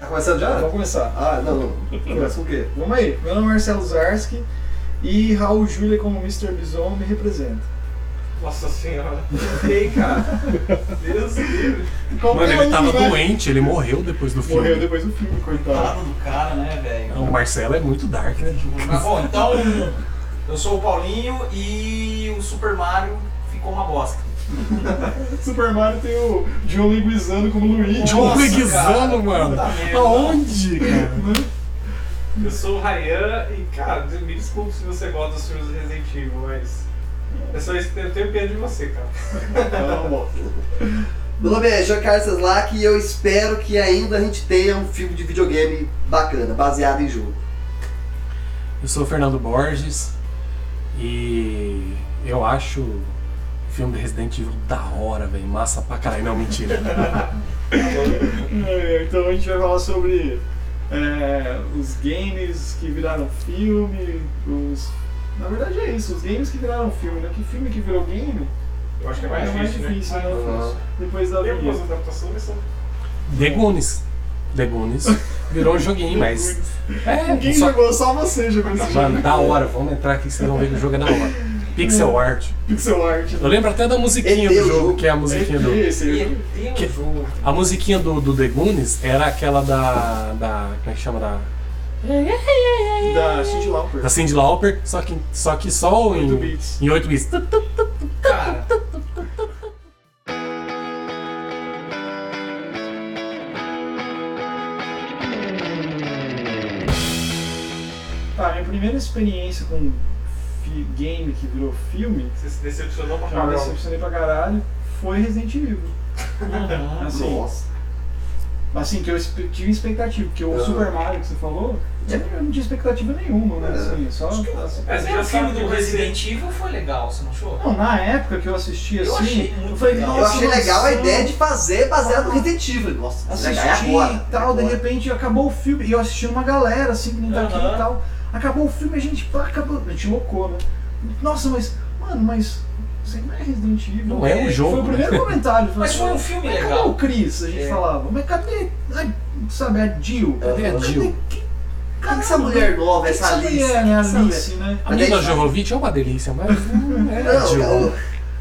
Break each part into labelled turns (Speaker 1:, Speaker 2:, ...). Speaker 1: Tá começando já?
Speaker 2: Vamos começar.
Speaker 1: Ah, não, não. Começa com o quê?
Speaker 2: Vamos aí. Meu nome é Marcelo Zarski e Raul Júlia como Mr. Bison me representa.
Speaker 3: Nossa senhora.
Speaker 1: Ei, cara.
Speaker 3: Deus livre.
Speaker 2: Qualquer
Speaker 4: Mano, ele
Speaker 2: um
Speaker 4: tava
Speaker 2: vai-
Speaker 4: doente, Ah. ele morreu depois do filme.
Speaker 2: Morreu depois do filme, coitado.
Speaker 3: Coitado do cara, né, velho?
Speaker 4: O Marcelo é muito dark, né?
Speaker 3: Mas bom, então eu sou o Paulinho e o Super Mario ficou uma bosta.
Speaker 2: Super Mario tem o John Leguizano como Luigi.
Speaker 4: John
Speaker 3: Nossa,
Speaker 4: Leguizano,
Speaker 3: cara,
Speaker 4: Tipo um mano.
Speaker 3: puta merda.
Speaker 4: Aonde, cara?
Speaker 5: Eu sou o Ryan e, cara, me desculpe se você gosta dos filmes do Resident Evil, mas. É só isso que eu tenho pena de você, cara.
Speaker 2: Então, bom.
Speaker 1: Meu nome é Jean Carlos Slack e eu espero que ainda a gente tenha um filme de videogame bacana, baseado em jogo.
Speaker 4: Eu sou o Fernando Borges e eu acho o filme do Resident Evil da hora, velho. Massa pra caralho. Não, mentira.
Speaker 2: É, Então a gente vai falar sobre é, os games que viraram filme, os. Na verdade é isso, os games que viraram filme, né? Que filme que virou game
Speaker 5: Eu acho que é
Speaker 2: é
Speaker 5: mais difícil, né?
Speaker 2: difícil, né?
Speaker 4: Ah.
Speaker 2: um
Speaker 1: Uhum.
Speaker 2: Depois da
Speaker 5: Tem algumas
Speaker 2: vinheta.
Speaker 5: adaptações, mas são.
Speaker 4: The Goonies. The Goonies virou um joguinho, mas. É,
Speaker 2: Ninguém
Speaker 4: só...
Speaker 2: jogou, só você jogou esse
Speaker 4: Mano,
Speaker 2: jogo.
Speaker 4: da hora. Vamos entrar aqui que vocês vão ver que o jogo é da hora. Pixel Art.
Speaker 2: Pixel art.
Speaker 4: Eu lembro até da musiquinha
Speaker 1: Ele
Speaker 4: do
Speaker 1: deu o
Speaker 4: jogo,
Speaker 1: jogo.
Speaker 4: que é a musiquinha do.
Speaker 2: Esse,
Speaker 3: Ele tem um
Speaker 4: Que-
Speaker 3: jogo.
Speaker 4: A musiquinha do, do The Goonies era aquela da. da. como é que chama? Da.
Speaker 2: da Cindy Lauper.
Speaker 4: Da Cindy Lauper, só que só, que só em,
Speaker 2: 8 bits.
Speaker 4: em 8 bits. Tu, tu, tu.
Speaker 3: Cara,
Speaker 2: Tá, minha primeira experiência com fi- game que virou filme,
Speaker 5: Você se decepcionou pra
Speaker 2: já me
Speaker 5: caramba.
Speaker 2: decepcionei pra caralho, foi Resident Evil. Assim,
Speaker 1: Nossa.
Speaker 2: assim, que eu espe- tive expectativa, porque o
Speaker 1: Ah.
Speaker 2: Super Mario que você falou, eu não tinha expectativa nenhuma, né?
Speaker 1: É.
Speaker 2: Assim, só. assim,
Speaker 3: o
Speaker 5: Mas É, você
Speaker 3: primeiro
Speaker 5: já
Speaker 3: filme
Speaker 5: sabe
Speaker 3: do
Speaker 5: que vai ser.
Speaker 3: Resident Evil foi legal, você não achou?
Speaker 2: Não, na época que eu assisti assim,
Speaker 3: Eu achei muito
Speaker 2: falei,
Speaker 3: legal.
Speaker 2: nossa,
Speaker 1: Eu achei legal a
Speaker 2: lançou-
Speaker 1: ideia de fazer baseado no Resident Evil. Nossa, isso é
Speaker 2: assisti
Speaker 1: legal. é agora.
Speaker 2: e tal, de
Speaker 1: Agora.
Speaker 2: repente acabou o filme, e eu assisti uma galera assim que não tá aqui
Speaker 3: Aham.
Speaker 2: e tal. Acabou o filme, a gente pá, acabou. A gente loucou, né? Nossa, mas. Mano, mas. Isso aí não é Resident Evil.
Speaker 4: Não é um jogo,
Speaker 2: Foi o
Speaker 4: né?
Speaker 2: primeiro comentário. falando,
Speaker 3: Mas foi um filme
Speaker 2: mas Cadê o
Speaker 3: legal.
Speaker 2: Chris? A gente
Speaker 3: É.
Speaker 2: falava. Mas cadê. A, sabe, a Jill?
Speaker 4: Cadê É, a Jill?
Speaker 2: que-
Speaker 1: Por que essa mulher nova,
Speaker 2: que
Speaker 1: essa
Speaker 2: essa
Speaker 1: Alice?
Speaker 2: mulher, né?
Speaker 1: Essa
Speaker 2: Alice, né?
Speaker 4: A
Speaker 1: Mas
Speaker 4: Mila
Speaker 1: aí-
Speaker 4: Jovovich é uma delícia, mas hum, é
Speaker 1: Não,
Speaker 4: de
Speaker 1: eu-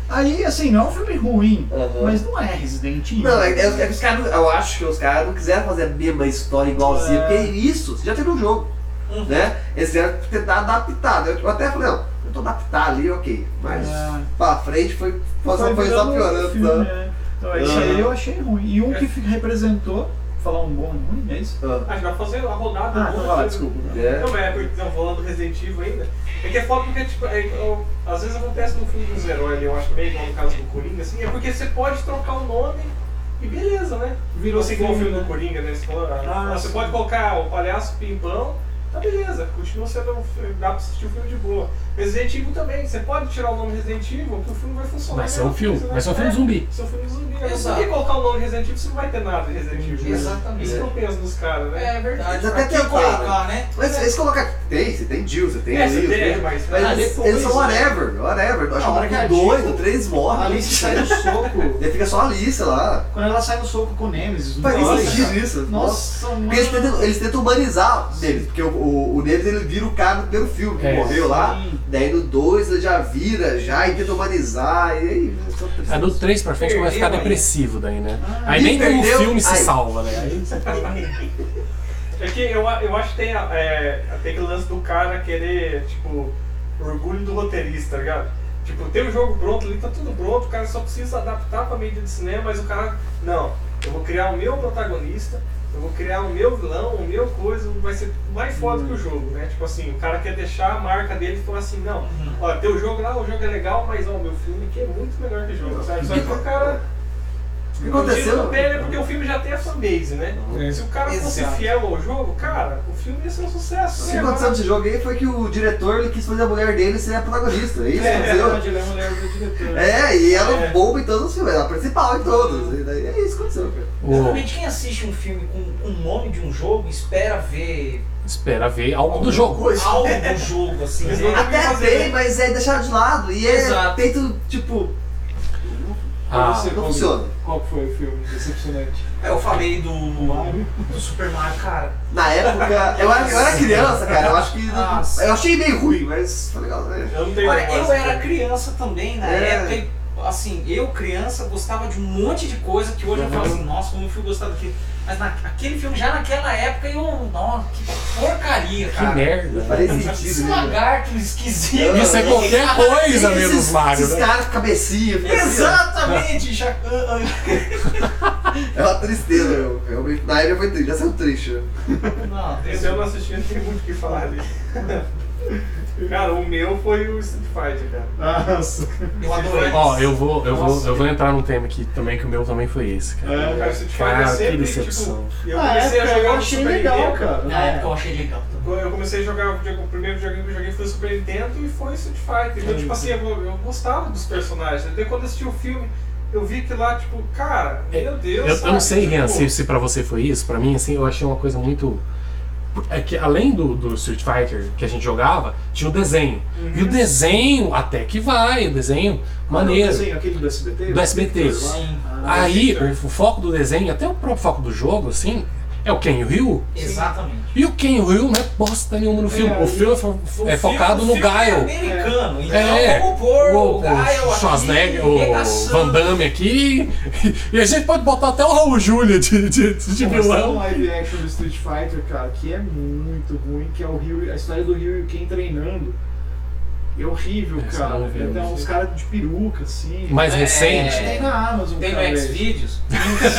Speaker 2: Aí, assim, não é um filme ruim,
Speaker 1: Aham.
Speaker 2: mas não é Resident Evil.
Speaker 1: Não, é, é- é que os caras, eu acho que os caras não quiseram fazer a mesma história igualzinha,
Speaker 2: É.
Speaker 1: porque isso já teve um jogo,
Speaker 3: Uhum.
Speaker 1: né? Eles quiseram tentar adaptar, né? eu até falei, não, eu tô adaptar ali, ok, mas
Speaker 2: É.
Speaker 1: pra frente foi, foi, só-
Speaker 2: Vai
Speaker 1: foi
Speaker 2: virando
Speaker 1: só
Speaker 2: um
Speaker 1: piorando,
Speaker 2: filme,
Speaker 1: tá?
Speaker 2: né? Então, isso aí eu achei ruim. E um que fi- representou, falar um bom e um ruim, é isso?
Speaker 1: Ah,
Speaker 5: Ah, já vai fazer a rodada.
Speaker 2: Ah,
Speaker 5: do-
Speaker 2: então vai lá, desculpa.
Speaker 1: é.
Speaker 5: Não, mas é porque estão falando do Resident Evil ainda. É que é foda porque, tipo, é, eu- às vezes acontece no filme dos heróis, eu acho meio igual no caso do Coringa, assim, é porque você pode trocar o nome e beleza, né?
Speaker 2: Virou
Speaker 5: assim, igual o
Speaker 2: filme,
Speaker 5: filme do
Speaker 2: né?
Speaker 5: Coringa, né? Você, falou,
Speaker 2: Ah,
Speaker 5: ah, você
Speaker 2: sim.
Speaker 5: pode colocar o palhaço pimpão, tá beleza, continua sendo. um filme, Dá pra assistir o filme de boa. Resident Evil também, você pode tirar o nome Resident Evil, que o filme vai funcionar.
Speaker 4: Vai ser
Speaker 5: é
Speaker 4: um filme, vai ser um filme zumbi.
Speaker 5: Seu filme zumbi.
Speaker 3: Exato.
Speaker 5: Exato. Por que colocar o nome Resident Evil se não vai ter nada de Resident Evil? né?
Speaker 3: Exatamente.
Speaker 5: Isso que eu penso dos caras, né?
Speaker 3: É verdade.
Speaker 1: Eles até
Speaker 3: Pra que
Speaker 1: tentaram.
Speaker 3: colocar, né?
Speaker 1: Mas é. eles colocam, tem, você tem Jill, você tem
Speaker 5: É,
Speaker 1: ali,
Speaker 5: você tem,
Speaker 1: tem-
Speaker 5: mas-
Speaker 1: mas
Speaker 3: Ah,
Speaker 1: eles,
Speaker 3: depois,
Speaker 1: eles são
Speaker 3: né?
Speaker 1: whatever, whatever, eu acho
Speaker 2: Não,
Speaker 1: que
Speaker 2: a
Speaker 1: no
Speaker 2: Jill-
Speaker 1: dois, no três
Speaker 2: A
Speaker 1: morre,
Speaker 2: Alice sai no soco.
Speaker 1: daí fica só a Alice lá,
Speaker 2: Quando ela sai no soco com o Nemesis,
Speaker 1: faz
Speaker 2: não
Speaker 1: nem
Speaker 2: olha, cara.
Speaker 1: sentido isso,
Speaker 2: Nossa, mano.
Speaker 1: Porque eles tentam, eles tentam humanizar o Neves, porque o, o, o Neves ele vira o cara do primeiro filme que
Speaker 4: É,
Speaker 1: morreu lá,
Speaker 2: sim.
Speaker 1: daí no 2 ele já vira, já e tenta humanizar, e aí. só tristeza.
Speaker 4: É do 3 pra frente que vai ficar
Speaker 3: Perdeu aí.
Speaker 4: depressivo daí, né?
Speaker 2: Ah,
Speaker 4: Aí
Speaker 1: e
Speaker 4: nem como
Speaker 1: perdeu?
Speaker 4: filme se
Speaker 1: Ai.
Speaker 4: salva, né? Aí-
Speaker 5: É que eu, a- eu acho que tem, a- é, tem aquele lance do cara querer, tipo, orgulho do roteirista, tá ligado? Tipo, tem o jogo pronto ali, tá tudo pronto, o cara só precisa adaptar pra mídia de cinema, mas o cara, não, eu vou criar o meu protagonista, eu vou criar o meu vilão, o meu coisa, vai ser mais foda que o jogo, né? Tipo assim, o cara quer deixar a marca dele e falar assim, não, ó, tem o jogo lá, o jogo é legal, mas ó, o meu filme aqui é muito melhor que o jogo, sabe? Só que o cara.
Speaker 1: O que
Speaker 5: O tiro
Speaker 1: aconteceu?
Speaker 5: no pé é porque o filme já tem a fanbase, né? Se o cara fosse
Speaker 3: Exato.
Speaker 5: fiel ao jogo, cara, o filme ia ser um sucesso.
Speaker 1: O que
Speaker 5: né?
Speaker 1: aconteceu
Speaker 5: Agora,
Speaker 1: nesse jogo aí foi que o diretor ele quis fazer a mulher dele ser a protagonista. É isso que aconteceu.
Speaker 2: Ela é mulher do diretor.
Speaker 1: É, e ela
Speaker 5: É.
Speaker 1: bomba em todos os filmes, ela é a principal em todos. E daí é isso que aconteceu, cara.
Speaker 4: o-
Speaker 3: Exatamente quem assiste um filme com com o nome de um jogo espera ver
Speaker 4: espera ver algo do jogo.
Speaker 1: Pois.
Speaker 3: algo do jogo, assim,
Speaker 5: Eles
Speaker 3: né?
Speaker 5: não-
Speaker 1: Até
Speaker 5: fazer,
Speaker 1: tem,
Speaker 5: né?
Speaker 1: mas é deixado de lado. E é
Speaker 3: Exato.
Speaker 1: feito, tipo.
Speaker 2: eu
Speaker 4: Ah,
Speaker 2: não sei
Speaker 1: não
Speaker 2: qual-
Speaker 1: funciona.
Speaker 2: Qual que foi o filme decepcionante?
Speaker 3: É, Eu falei do,
Speaker 2: O Mario?
Speaker 3: do Super Mario, cara.
Speaker 1: Na época, eu, era- eu era criança, cara, eu acho que.
Speaker 3: Nossa.
Speaker 1: Eu achei meio ruim, mas foi legal. né?
Speaker 5: Eu não tenho
Speaker 3: Olha, eu
Speaker 5: negócio
Speaker 3: era
Speaker 5: com-
Speaker 3: criança também na
Speaker 1: É.
Speaker 3: época. e, Assim, eu criança gostava de um monte de coisa que hoje eu falo assim, nossa, como eu fui gostar daquilo. Mas na, aquele filme, já naquela época, eu. Nossa, que porcaria,
Speaker 4: Que
Speaker 3: cara.
Speaker 4: merda. né?
Speaker 1: Fazia
Speaker 3: Esse
Speaker 1: sentido. né?
Speaker 3: lagarto esquisito.
Speaker 1: merda.
Speaker 4: Isso é qualquer coisa menos
Speaker 1: Esses-
Speaker 4: Mario,
Speaker 1: Esses
Speaker 4: né?
Speaker 1: caras com cabecinha, fica assim, ó.
Speaker 3: Exatamente, Chacan.
Speaker 1: É uma tristeza, meu. Realmente, na época foi triste, já saiu triste. né?
Speaker 3: Não,
Speaker 5: Esse é eu não assisti, não tem muito o que falar ali. cara, o meu foi o Street Fighter, cara.
Speaker 2: Nossa.
Speaker 3: eu adorei.
Speaker 4: Ó, eu vou, eu vou,
Speaker 5: Nossa.
Speaker 4: eu vou entrar num tema aqui também, que o meu também foi esse, cara.
Speaker 2: É.
Speaker 5: Cara, o Street Fighter
Speaker 4: Cara, que
Speaker 5: sempre,
Speaker 4: decepção.
Speaker 5: tipo, eu
Speaker 2: Na
Speaker 5: comecei a
Speaker 2: época
Speaker 5: jogar
Speaker 2: eu
Speaker 5: no
Speaker 2: achei
Speaker 5: Super
Speaker 2: legal,
Speaker 5: Nintendo.
Speaker 2: cara.
Speaker 3: Na época eu achei legal também.
Speaker 5: Quando eu comecei a jogar o, videogame- o primeiro videogame que eu joguei foi o Super Nintendo e foi Street Fighter.
Speaker 4: Uhum.
Speaker 5: Então, tipo assim, eu, eu gostava dos personagens. Daí quando eu assisti o filme, eu vi que lá, tipo, cara,
Speaker 4: É,
Speaker 5: meu
Speaker 4: Eu,
Speaker 5: Deus.
Speaker 4: eu não
Speaker 5: sabe?
Speaker 4: sei,
Speaker 5: Tipo,
Speaker 4: Rian, se, se pra você foi isso, pra mim, assim, eu achei uma coisa muito. É que além do, do Street Fighter que a gente jogava, tinha o desenho. E o desenho, até que vai, o desenho, maneiro.
Speaker 2: Assim, aquele do SBT?
Speaker 4: Do
Speaker 2: Ah,
Speaker 4: SBT.
Speaker 3: Sim.
Speaker 4: Aí, o, o foco do desenho, até o próprio foco do jogo, assim, é o Ken e o Ryu.
Speaker 3: Exatamente.
Speaker 4: E o Ken e o Ryu não é bosta nenhuma no filme.
Speaker 2: É,
Speaker 4: o filme é, fo-
Speaker 3: O
Speaker 4: é
Speaker 3: filme-
Speaker 4: focado
Speaker 3: o
Speaker 4: no
Speaker 3: filme É
Speaker 4: Gaio.
Speaker 3: americano. Então
Speaker 4: É,
Speaker 3: vamos pôr o,
Speaker 4: o
Speaker 3: Gaio aqui.
Speaker 4: Schwarzenegger, o
Speaker 3: regaçando.
Speaker 4: Van Damme aqui. E a gente pode botar até o Raul Júlia de, de, de
Speaker 2: Tem um
Speaker 4: vilão.
Speaker 2: live action do Street Fighter, cara, que é muito ruim, que é o Ryu, a história do Ryu e o Ken treinando. É horrível,
Speaker 4: Essa eu
Speaker 2: cara.
Speaker 4: não é vi, eu
Speaker 2: Então,
Speaker 4: não
Speaker 2: os
Speaker 4: sei.
Speaker 2: caras de peruca, assim.
Speaker 4: Mais
Speaker 3: É,
Speaker 4: recente. né?
Speaker 2: Tem na Amazon,
Speaker 3: Tem no
Speaker 2: cara.
Speaker 3: X-Videos.
Speaker 4: Tinha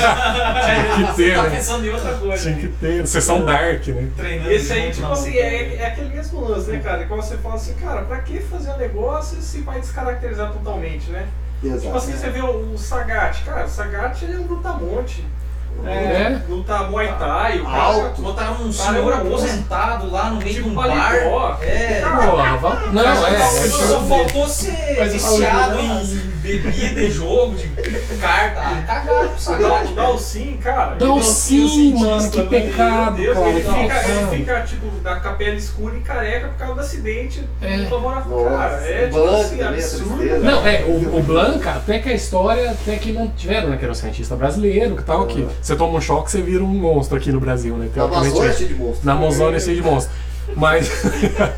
Speaker 4: que ter,
Speaker 3: Tá
Speaker 4: né?
Speaker 3: pensando em outra coisa.
Speaker 4: Tinha que ter. Sessão Dark, né?
Speaker 3: Treinando
Speaker 5: Esse aí,
Speaker 3: junto,
Speaker 5: tipo
Speaker 3: não.
Speaker 5: assim, é, é aquele mesmo lance, né, cara? Quando você fala assim, cara, pra que fazer um negócio se vai descaracterizar totalmente, né? Tipo assim, você vê o, o Sagat, cara, o Sagat ele luta monte.
Speaker 4: É.
Speaker 5: Luta Muay Thai, o cara tipo
Speaker 1: Alto.
Speaker 3: Botaram
Speaker 5: Cara,
Speaker 3: um senhor
Speaker 5: eu-
Speaker 3: aposentado lá no meio de
Speaker 5: tipo
Speaker 3: um bar.
Speaker 5: paletó.
Speaker 3: É.
Speaker 4: Porra, va- não, é.
Speaker 3: Só- Só
Speaker 4: é-
Speaker 3: faltou ser
Speaker 2: Mas eu falo,
Speaker 3: viciado
Speaker 2: não.
Speaker 3: em bebida, em jogo, de carta. Ah, cagado, pro
Speaker 5: Dá
Speaker 3: Sagat. é.
Speaker 5: o Dalsim, cara.
Speaker 4: Dá o sim, mano, que
Speaker 5: Meu
Speaker 4: pecado,
Speaker 5: Deus,
Speaker 4: cara.
Speaker 5: ele,
Speaker 4: que
Speaker 5: fica, ele
Speaker 4: pecado.
Speaker 5: fica, tipo, da capela escura e careca por causa do acidente
Speaker 4: É.
Speaker 5: do tomógrafo.
Speaker 1: Nossa,
Speaker 5: Cara, é tipo
Speaker 1: Blanca,
Speaker 5: assim,
Speaker 1: né,
Speaker 5: absurdo.
Speaker 1: tristeza.
Speaker 4: Não, é, o, o Blanca, até que a história, até que mantiveram, né? Que era um cientista brasileiro que tal, que você toma um choque, você vira um monstro aqui no Brasil, né?
Speaker 1: Na
Speaker 4: teoricamente
Speaker 1: Amazônia
Speaker 4: é.
Speaker 1: é cheio de monstro.
Speaker 4: Na Amazônia é cheio de monstros. Mas.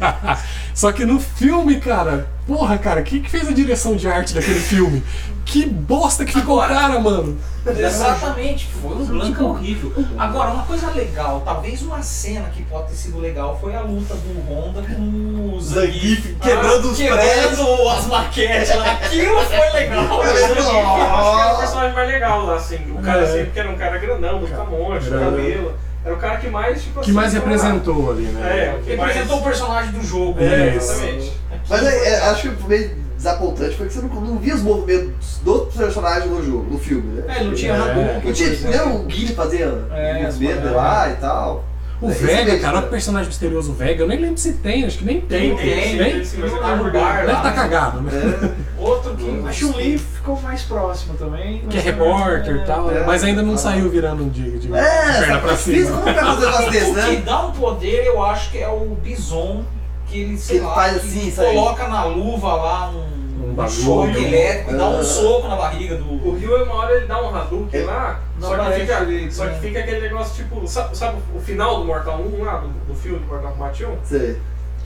Speaker 4: Só que no filme, cara, porra, cara, quem que fez a direção de arte daquele filme? Que bosta que ficou o cara, mano!
Speaker 3: Exatamente, foi um Blanca horrível. Agora, uma coisa legal, talvez uma cena que pode ter sido legal foi a luta do Honda com o Zangief.
Speaker 1: quebrando os
Speaker 3: Quebrando as maquetes lá. Aquilo foi legal.
Speaker 5: Eu acho que era o
Speaker 1: Nossa.
Speaker 5: personagem mais legal lá, assim. O cara
Speaker 4: É.
Speaker 5: assim, porque era um cara grandão, muito monte,
Speaker 4: Grandão.
Speaker 5: cabelo. Era o cara que mais, tipo
Speaker 4: Que
Speaker 5: assim,
Speaker 4: mais
Speaker 5: sei lá.
Speaker 4: representou ali,
Speaker 5: É,
Speaker 4: né?
Speaker 5: o que mais.
Speaker 3: Representou o personagem do jogo. né?
Speaker 5: É,
Speaker 4: Isso.
Speaker 5: exatamente.
Speaker 1: Mas é, é, acho que o meio desapontante foi que você não, não via os movimentos dos personagens no jogo, no filme, né?
Speaker 3: É, não tinha
Speaker 4: É.
Speaker 3: Hadouken.
Speaker 1: Não tinha,
Speaker 3: por exemplo.
Speaker 1: nem o Guile fazia
Speaker 3: É,
Speaker 1: os
Speaker 3: é.
Speaker 1: medos lá e tal.
Speaker 4: O
Speaker 1: É, isso
Speaker 4: Vega,
Speaker 1: mesmo,
Speaker 4: cara,
Speaker 1: né?
Speaker 4: o personagem misterioso Vega, eu nem lembro se tem, acho que nem tem.
Speaker 3: tem,
Speaker 4: Tem?
Speaker 5: Sim, mas eu
Speaker 3: Lá no
Speaker 5: lembro
Speaker 3: bar,
Speaker 4: Deve
Speaker 3: lá.
Speaker 4: tá cagado, né?
Speaker 1: É,
Speaker 3: Outro que
Speaker 2: A Chun-Li ficou mais próxima também.
Speaker 4: Que é repórter e tal, né?
Speaker 1: É.
Speaker 4: mas ainda não saiu virando um de, de
Speaker 1: é
Speaker 4: perna pra
Speaker 1: sabe, difícil,
Speaker 4: cima.
Speaker 1: como que vai fazer um negócio desse,
Speaker 3: O que
Speaker 1: né?
Speaker 3: dá um poder, eu acho que é o Bison, que ele, sei
Speaker 1: Que
Speaker 3: lá,
Speaker 1: faz
Speaker 3: que
Speaker 1: assim, sai.
Speaker 3: coloca na luva lá um,
Speaker 4: Um
Speaker 3: um
Speaker 4: bagulho.
Speaker 3: choque elétrico e dá um
Speaker 1: Ah.
Speaker 3: soco na barriga
Speaker 5: O
Speaker 3: do.
Speaker 5: Rio é uma hora ele dá um Hadouken
Speaker 1: É.
Speaker 5: lá,
Speaker 3: Não
Speaker 5: só que,
Speaker 3: aparece
Speaker 5: fica,
Speaker 3: direito,
Speaker 5: só que
Speaker 3: né?
Speaker 5: fica aquele negócio tipo. Sabe, sabe o final do Mortal 1 lá, do, do filme do Mortal Kombat 1?
Speaker 1: Sei.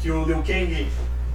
Speaker 5: Que o Liu Kang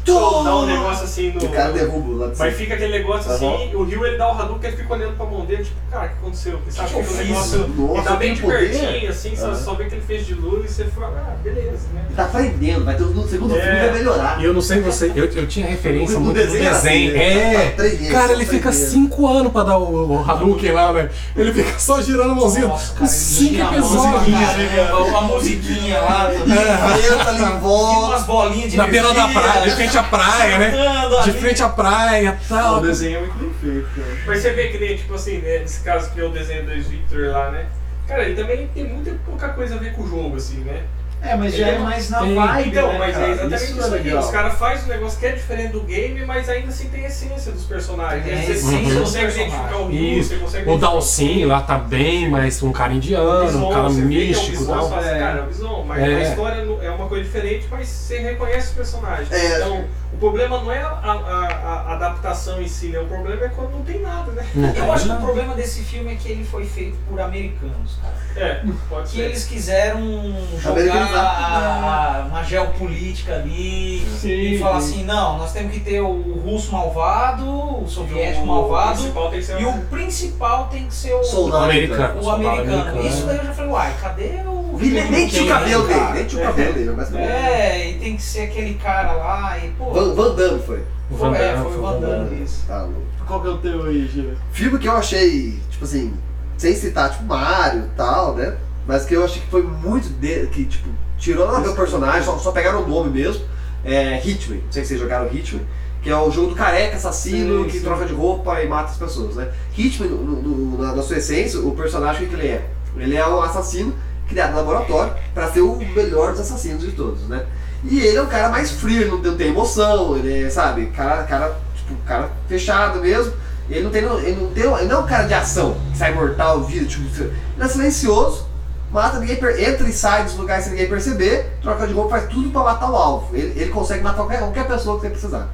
Speaker 1: Tum!
Speaker 5: dá um negócio assim no.
Speaker 1: O cara derruba lá de
Speaker 5: Mas
Speaker 1: cima.
Speaker 5: fica aquele negócio assim, o Rio ele dá o Hadouken, ele fica olhando pra mão dele, tipo, cara, o que aconteceu? Porque, sabe,
Speaker 3: que eu
Speaker 5: fica um
Speaker 3: fiz?
Speaker 5: negócio.
Speaker 1: Nossa,
Speaker 5: ele tá bem
Speaker 1: tem
Speaker 5: de
Speaker 1: poder?
Speaker 5: pertinho, assim, só,
Speaker 1: Ah.
Speaker 5: só vê que ele fez de luz e você fala, ah, beleza, né?
Speaker 1: Ele tá aprendendo, vai ter o segundo
Speaker 5: É.
Speaker 1: filme vai melhorar.
Speaker 4: E eu não sei você, eu, eu tinha referência
Speaker 1: No
Speaker 4: muito do
Speaker 1: desenho
Speaker 4: Um desenho.
Speaker 1: era assim, né?
Speaker 4: é.
Speaker 1: Tá três vezes,
Speaker 4: cara,
Speaker 1: tá
Speaker 4: ele
Speaker 1: três
Speaker 4: fica assim,
Speaker 1: vezes.
Speaker 4: 5 anos pra dar o, o Hadouken lá, né? Ele fica só girando a mãozinha.
Speaker 3: Nossa,
Speaker 4: com
Speaker 3: cara, ele
Speaker 4: cinco
Speaker 3: gira a
Speaker 4: episódios.
Speaker 3: música, cara, a né, musiquinha lá também.
Speaker 1: Inventa ali em
Speaker 3: E
Speaker 1: volta.
Speaker 3: umas bolinhas de
Speaker 4: Na beira da
Speaker 3: energia,
Speaker 4: praia, de frente à praia, né?
Speaker 3: cantando
Speaker 4: De
Speaker 3: ali.
Speaker 4: frente à praia e
Speaker 2: Ah, o
Speaker 4: tal.
Speaker 2: desenho é muito bem feito, cara.
Speaker 5: Mas você vê que nem, tipo assim, né, nesse caso que é o desenho do Victor lá, né? Cara, ele também tem muita pouca coisa a ver com o jogo, assim, né?
Speaker 2: É, mas já
Speaker 5: Ele
Speaker 2: é
Speaker 5: é-
Speaker 2: mais na
Speaker 4: Tem.
Speaker 2: vibe.
Speaker 5: Então,
Speaker 2: né,
Speaker 5: mas
Speaker 2: cara?
Speaker 5: é exatamente
Speaker 2: Isso
Speaker 5: isso,
Speaker 2: é
Speaker 5: aí.
Speaker 2: legal.
Speaker 5: Os caras fazem um negócio que é diferente do game, mas ainda assim tem a essência dos personagens.
Speaker 3: Tem a
Speaker 5: Você-
Speaker 3: essência
Speaker 5: Você
Speaker 3: dos
Speaker 5: consegue
Speaker 3: personagens.
Speaker 5: identificar o Ryu,
Speaker 4: Isso.
Speaker 5: você consegue
Speaker 4: O Dalsin lá tá bem, mas um cara indiano, um cara místico e
Speaker 5: Você vê que é o Bison,
Speaker 4: tal.
Speaker 5: você fala assim, cara, é o Bison, mas
Speaker 4: É.
Speaker 5: a história não- é uma coisa diferente, mas você reconhece o personagem.
Speaker 1: É,
Speaker 5: então, o problema não é a, a- a- a adaptação em si, né? O problema é quando não tem nada, né?
Speaker 4: Não tem
Speaker 3: Eu acho que o
Speaker 4: nada.
Speaker 3: problema desse filme é que ele foi feito por americanos, cara.
Speaker 5: É, pode
Speaker 3: Que
Speaker 5: ser.
Speaker 3: eles quiseram jogar
Speaker 1: Americanizar.
Speaker 3: a- a- uma geopolítica ali
Speaker 5: Sim.
Speaker 3: e falar assim, não, nós temos que ter o russo malvado, o soviético é malvado
Speaker 5: principal tem que ser
Speaker 3: e o principal tem que ser o,
Speaker 1: Soldado
Speaker 4: Americano.
Speaker 3: o
Speaker 4: soldado
Speaker 3: americano.
Speaker 4: americano. né?
Speaker 3: Isso daí eu já falei, uai, cadê o...
Speaker 1: Nem, nem, nem tinha o cabelo
Speaker 3: cara?
Speaker 1: dele, nem tinha o cabelo dele, mas não.
Speaker 3: É, e tem que ser aquele cara lá e pô...
Speaker 1: Van, Van Damme foi.
Speaker 4: O Van
Speaker 3: é,
Speaker 4: Damme,
Speaker 3: foi
Speaker 4: o
Speaker 3: o Van Damme isso.
Speaker 1: Tá louco.
Speaker 2: Qual que é o teu aí, Gil?
Speaker 1: Filme que eu achei, tipo assim, sem citar, tipo, Mario e tal, né? Mas que eu achei que foi muito. De... que, tipo, tirou nada a ver o personagem, só, só pegaram o nome mesmo. É Hitman, não sei se vocês jogaram Hitman, que é o jogo do careca assassino
Speaker 5: Sim,
Speaker 1: que
Speaker 5: sim.
Speaker 1: troca de roupa e mata as pessoas, né? Hitman, no- no- na, na sua essência, o personagem o que que ele é? Ele é um assassino criado no laboratório pra ser o melhor dos assassinos de todos, né? E ele é um cara mais frio, ele não tem- não tem emoção, ele é, sabe, cara, cara, tipo, cara fechado mesmo. Ele não tem, ele não tem, ele não é um cara de ação, que sai mortal, vida, tipo, ele é silencioso, mata ninguém, per- entra e sai dos lugares sem ninguém perceber, troca de roupa, faz tudo pra matar o alvo. Ele, ele consegue matar qualquer, qualquer pessoa que você precisar.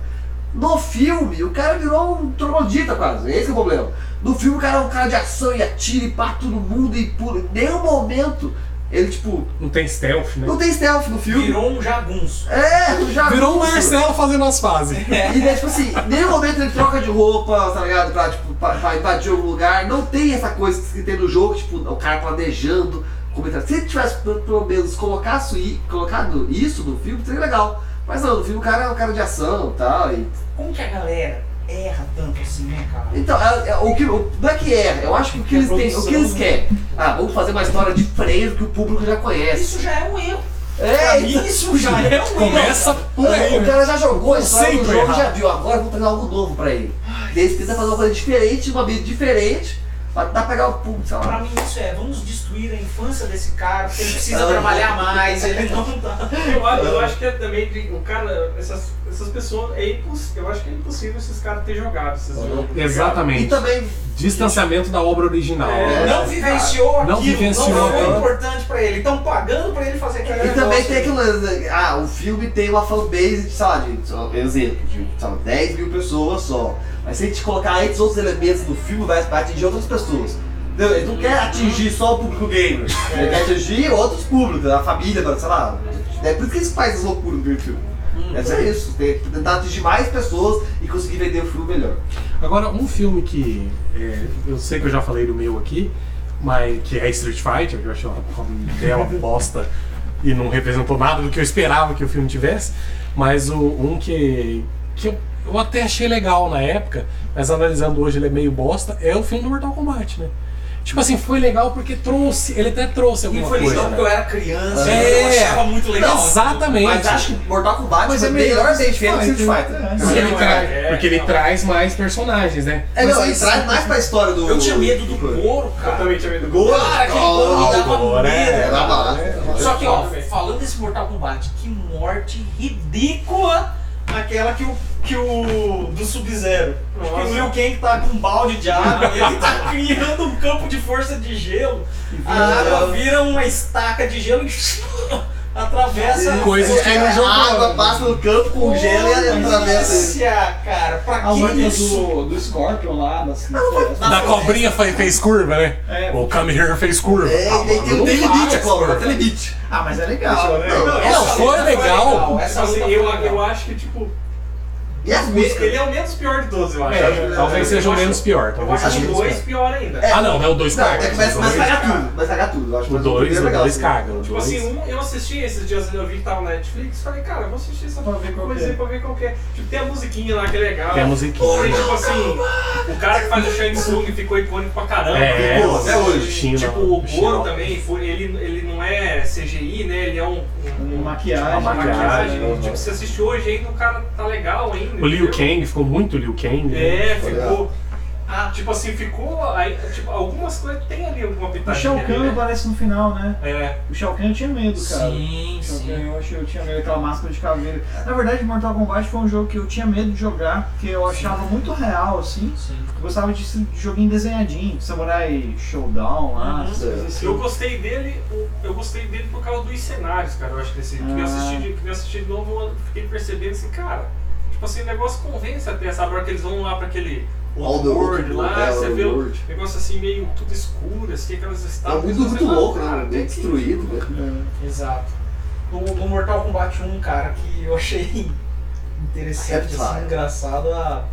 Speaker 1: No filme, o cara virou um troglodita quase, esse é o problema. No filme, o cara é um cara de ação e atira e pata todo mundo e pula. Em nenhum momento ele, tipo,
Speaker 4: Não tem stealth, né?
Speaker 1: não tem stealth no filme.
Speaker 3: Virou um jagunço.
Speaker 1: É, no jagunço.
Speaker 4: Virou um Marcelo fazendo as fases.
Speaker 1: E daí, tipo assim, em nenhum momento ele troca de roupa, tá ligado? Pra, tipo, pra, pra invadir algum lugar. Não tem essa coisa que tem no jogo, tipo, o cara planejando, comentando. Se ele tivesse, pelo- pelo menos, colocasse i- colocado isso no filme, seria legal. Mas não, no filme o cara é um cara de ação e tal, e
Speaker 3: Como que a galera erra tanto assim, né, cara?
Speaker 1: Então, é- é- o que, o, não é que erra, eu acho que o que,
Speaker 5: É
Speaker 1: eles, têm, o que
Speaker 5: produção,
Speaker 1: eles
Speaker 5: né?
Speaker 1: querem. Ah, vamos fazer uma história de freio que o público já conhece.
Speaker 3: Isso já é um erro.
Speaker 1: É, então,
Speaker 3: Isso já é um É, erro.
Speaker 4: Começa por aí. né?
Speaker 1: o cara já jogou a história do
Speaker 4: É, Sempre
Speaker 1: jogo,
Speaker 4: errado.
Speaker 1: já viu, agora vamos trazer algo novo pra ele. E eles tentam fazer uma coisa diferente, uma vida diferente, pra tentar pegar o público, sei
Speaker 3: Pra
Speaker 1: lá.
Speaker 3: mim isso é, vamos destruir a infância desse cara, porque ele precisa
Speaker 1: Ah.
Speaker 3: trabalhar mais, ele não tá.
Speaker 5: Eu, acho- eu acho que é também de- o cara, essas, essas pessoas, é impossível, eu acho que é impossível esses caras terem jogado esses jogos. tá ligado?
Speaker 1: E
Speaker 4: Exatamente.
Speaker 1: também,
Speaker 4: Distanciamento da obra original.
Speaker 5: É.
Speaker 3: Então- Não vivenciou
Speaker 4: Não
Speaker 3: aquilo,
Speaker 4: vivenciou,
Speaker 3: não foi
Speaker 4: cara.
Speaker 3: importante pra ele. Estão pagando pra ele fazer aquele
Speaker 1: e também
Speaker 3: negócio.
Speaker 1: tem aquilo, né, ah, o filme tem uma fanbase de, sei lá, de, só, exemplo, de sei lá, 10 mil pessoas só. Mas se a gente colocar esses outros elementos do filme, vai, vai atingir outras pessoas. Entendeu? Ele não quer atingir só o público gamer, ele quer atingir outros públicos, a família, sei lá. É por isso que eles fazem essas loucuras do filme. É só isso, tem que tentar atingir mais pessoas e conseguir vender o filme melhor.
Speaker 4: Agora, um filme que é, eu sei que eu já falei do meu aqui, mas que é Street Fighter, que eu achei uma, uma bela bosta e não representou nada do que eu esperava que o filme tivesse, mas o, um que, que eu, eu até achei legal na época, mas analisando hoje ele é meio bosta, é o filme do Mortal Kombat, né? Tipo assim, foi legal porque trouxe, ele até trouxe alguma
Speaker 3: E foi legal
Speaker 4: coisa. né?
Speaker 3: porque eu era criança,
Speaker 4: É.
Speaker 3: eu achava muito legal.
Speaker 4: Exatamente.
Speaker 1: Mas acho que Mortal Kombat
Speaker 2: Mas
Speaker 1: foi
Speaker 2: é
Speaker 1: melhor
Speaker 2: melhor
Speaker 1: Street Fighter que Street Fighter.
Speaker 2: É.
Speaker 4: Porque ele,
Speaker 3: Não,
Speaker 4: tra-
Speaker 5: é,
Speaker 4: porque ele
Speaker 5: não.
Speaker 4: traz mais personagens, né?
Speaker 1: É,
Speaker 4: Mas
Speaker 1: não,
Speaker 4: aí-
Speaker 1: ele traz mais pra história do.
Speaker 3: Eu tinha medo do couro,
Speaker 5: Eu
Speaker 3: cara.
Speaker 5: também tinha medo do
Speaker 1: Gol.
Speaker 3: Cara, aquele couro me dava
Speaker 4: Agora é-
Speaker 3: medo.
Speaker 1: Era bala.
Speaker 3: Só que, ó, falando desse Mortal Kombat, que morte ridícula aquela que o. Que o. do Sub-Zero. Tipo,
Speaker 5: Nossa.
Speaker 3: o Liu Kang tá com um balde de água, ele tá criando um campo de força de gelo. A
Speaker 4: Ah,
Speaker 3: água vira uma estaca de gelo e atravessa.
Speaker 4: Coisas que ele
Speaker 1: É,
Speaker 4: não jogou.
Speaker 1: a água passa no campo, congela e atravessa ele.
Speaker 3: Nossa, cara, pra
Speaker 2: A luta
Speaker 3: que isso?
Speaker 2: do, do Scorpion lá, nas na floresta.
Speaker 4: Da cobrinha fe- fez curva, né?
Speaker 2: É.
Speaker 4: O Come Here fez curva.
Speaker 1: É,
Speaker 4: Ah,
Speaker 1: e tem, tem,
Speaker 4: mano,
Speaker 1: tem
Speaker 4: não
Speaker 1: limite a
Speaker 4: faz
Speaker 1: cobra,
Speaker 4: curva.
Speaker 1: tem limite.
Speaker 2: Ah, mas é legal.
Speaker 5: né?
Speaker 2: Não,
Speaker 5: Não,
Speaker 4: Essa
Speaker 3: luta
Speaker 4: foi legal.
Speaker 3: Essa
Speaker 5: Assim,
Speaker 3: luta
Speaker 5: eu,
Speaker 3: foi legal.
Speaker 5: eu acho que, tipo,
Speaker 1: E as
Speaker 5: ele
Speaker 1: músicas?
Speaker 5: é o menos pior de todos, eu acho.
Speaker 4: É, talvez seja o
Speaker 5: Eu acho-
Speaker 4: menos pior.
Speaker 5: Eu
Speaker 4: Talvez
Speaker 5: acho
Speaker 4: seja
Speaker 5: que
Speaker 4: o
Speaker 5: o
Speaker 4: menos
Speaker 5: 2
Speaker 4: pior.
Speaker 5: pior ainda.
Speaker 4: Ah, não, é o 2
Speaker 1: Não, é
Speaker 4: caga.
Speaker 1: que vai, vai cagar tudo, vai cagar tudo. Eu acho
Speaker 4: O
Speaker 1: que vai
Speaker 4: 2,
Speaker 1: ser
Speaker 4: o
Speaker 1: legal,
Speaker 4: 2
Speaker 1: assim.
Speaker 4: caga. O
Speaker 5: Tipo assim,
Speaker 4: dois-
Speaker 5: um, eu assisti esses dias, eu vi que tava na Netflix, falei, cara, eu vou assistir essa
Speaker 2: ver qual
Speaker 5: coisa
Speaker 2: que
Speaker 5: aí
Speaker 2: é.
Speaker 5: pra ver qual que é. Tipo, tem a musiquinha lá que é legal.
Speaker 4: Tem
Speaker 5: Tem,
Speaker 4: a musiquinha.
Speaker 5: tipo assim, o cara que faz o Shang Tsung ficou icônico pra caramba.
Speaker 4: É,
Speaker 5: Ficou,
Speaker 1: até hoje.
Speaker 4: China,
Speaker 5: tipo, o Goro
Speaker 4: China.
Speaker 5: também, foi, ele, ele não é CGI, né? Ele é um, um-
Speaker 2: Uma
Speaker 5: uma
Speaker 2: maquiagem.
Speaker 4: Uma
Speaker 5: maquiagem.
Speaker 4: maquiagem, né?
Speaker 5: Tipo, você assiste hoje ainda, o cara tá legal ainda.
Speaker 4: O Liu
Speaker 5: entendeu?
Speaker 4: Kang ficou muito Liu Kang. né?
Speaker 5: É, ficou.
Speaker 3: Ah,
Speaker 5: Tipo assim, ficou. Aí, tipo, algumas coisas tem ali alguma
Speaker 2: O
Speaker 5: pitadinha.
Speaker 2: Shao Kahn
Speaker 5: né?
Speaker 2: aparece no final, né?
Speaker 5: É.
Speaker 2: O Shao Kahn eu tinha medo, cara.
Speaker 3: sim,
Speaker 2: Shao Kahn,
Speaker 3: sim.
Speaker 2: Eu achei eu tinha medo daquela máscara de caveira. Na verdade, Mortal Kombat foi um jogo que eu tinha medo de jogar, porque eu achava muito real, assim.
Speaker 3: sim.
Speaker 2: Eu gostava de esse joguinho desenhadinho, Samurai Showdown lá,
Speaker 5: Uhum.
Speaker 2: essas coisas assim.
Speaker 5: Eu gostei dele, o- eu gostei dele por causa dos cenários, cara, eu acho que esse. Que eu
Speaker 2: Ah.
Speaker 5: assisti, de- que eu assisti de novo, eu fiquei percebendo assim, cara, tipo assim, o negócio convence até, sabe? A hora que eles vão lá pra aquele
Speaker 1: All the
Speaker 5: outboard
Speaker 1: outro-
Speaker 5: lá,
Speaker 1: é,
Speaker 5: você vê o
Speaker 1: outboard.
Speaker 5: negócio assim meio tudo escuro, assim, aquelas
Speaker 1: Tá
Speaker 5: estátuas.
Speaker 1: muito,
Speaker 5: você
Speaker 1: muito
Speaker 5: fala,
Speaker 1: louco, né?
Speaker 5: cara,
Speaker 1: Bem
Speaker 5: tem que-
Speaker 1: destruído, né?
Speaker 2: É.
Speaker 3: Exato. No, no Mortal Kombat 1, cara, que eu achei interessante,
Speaker 1: Reptile.
Speaker 3: assim, engraçado a,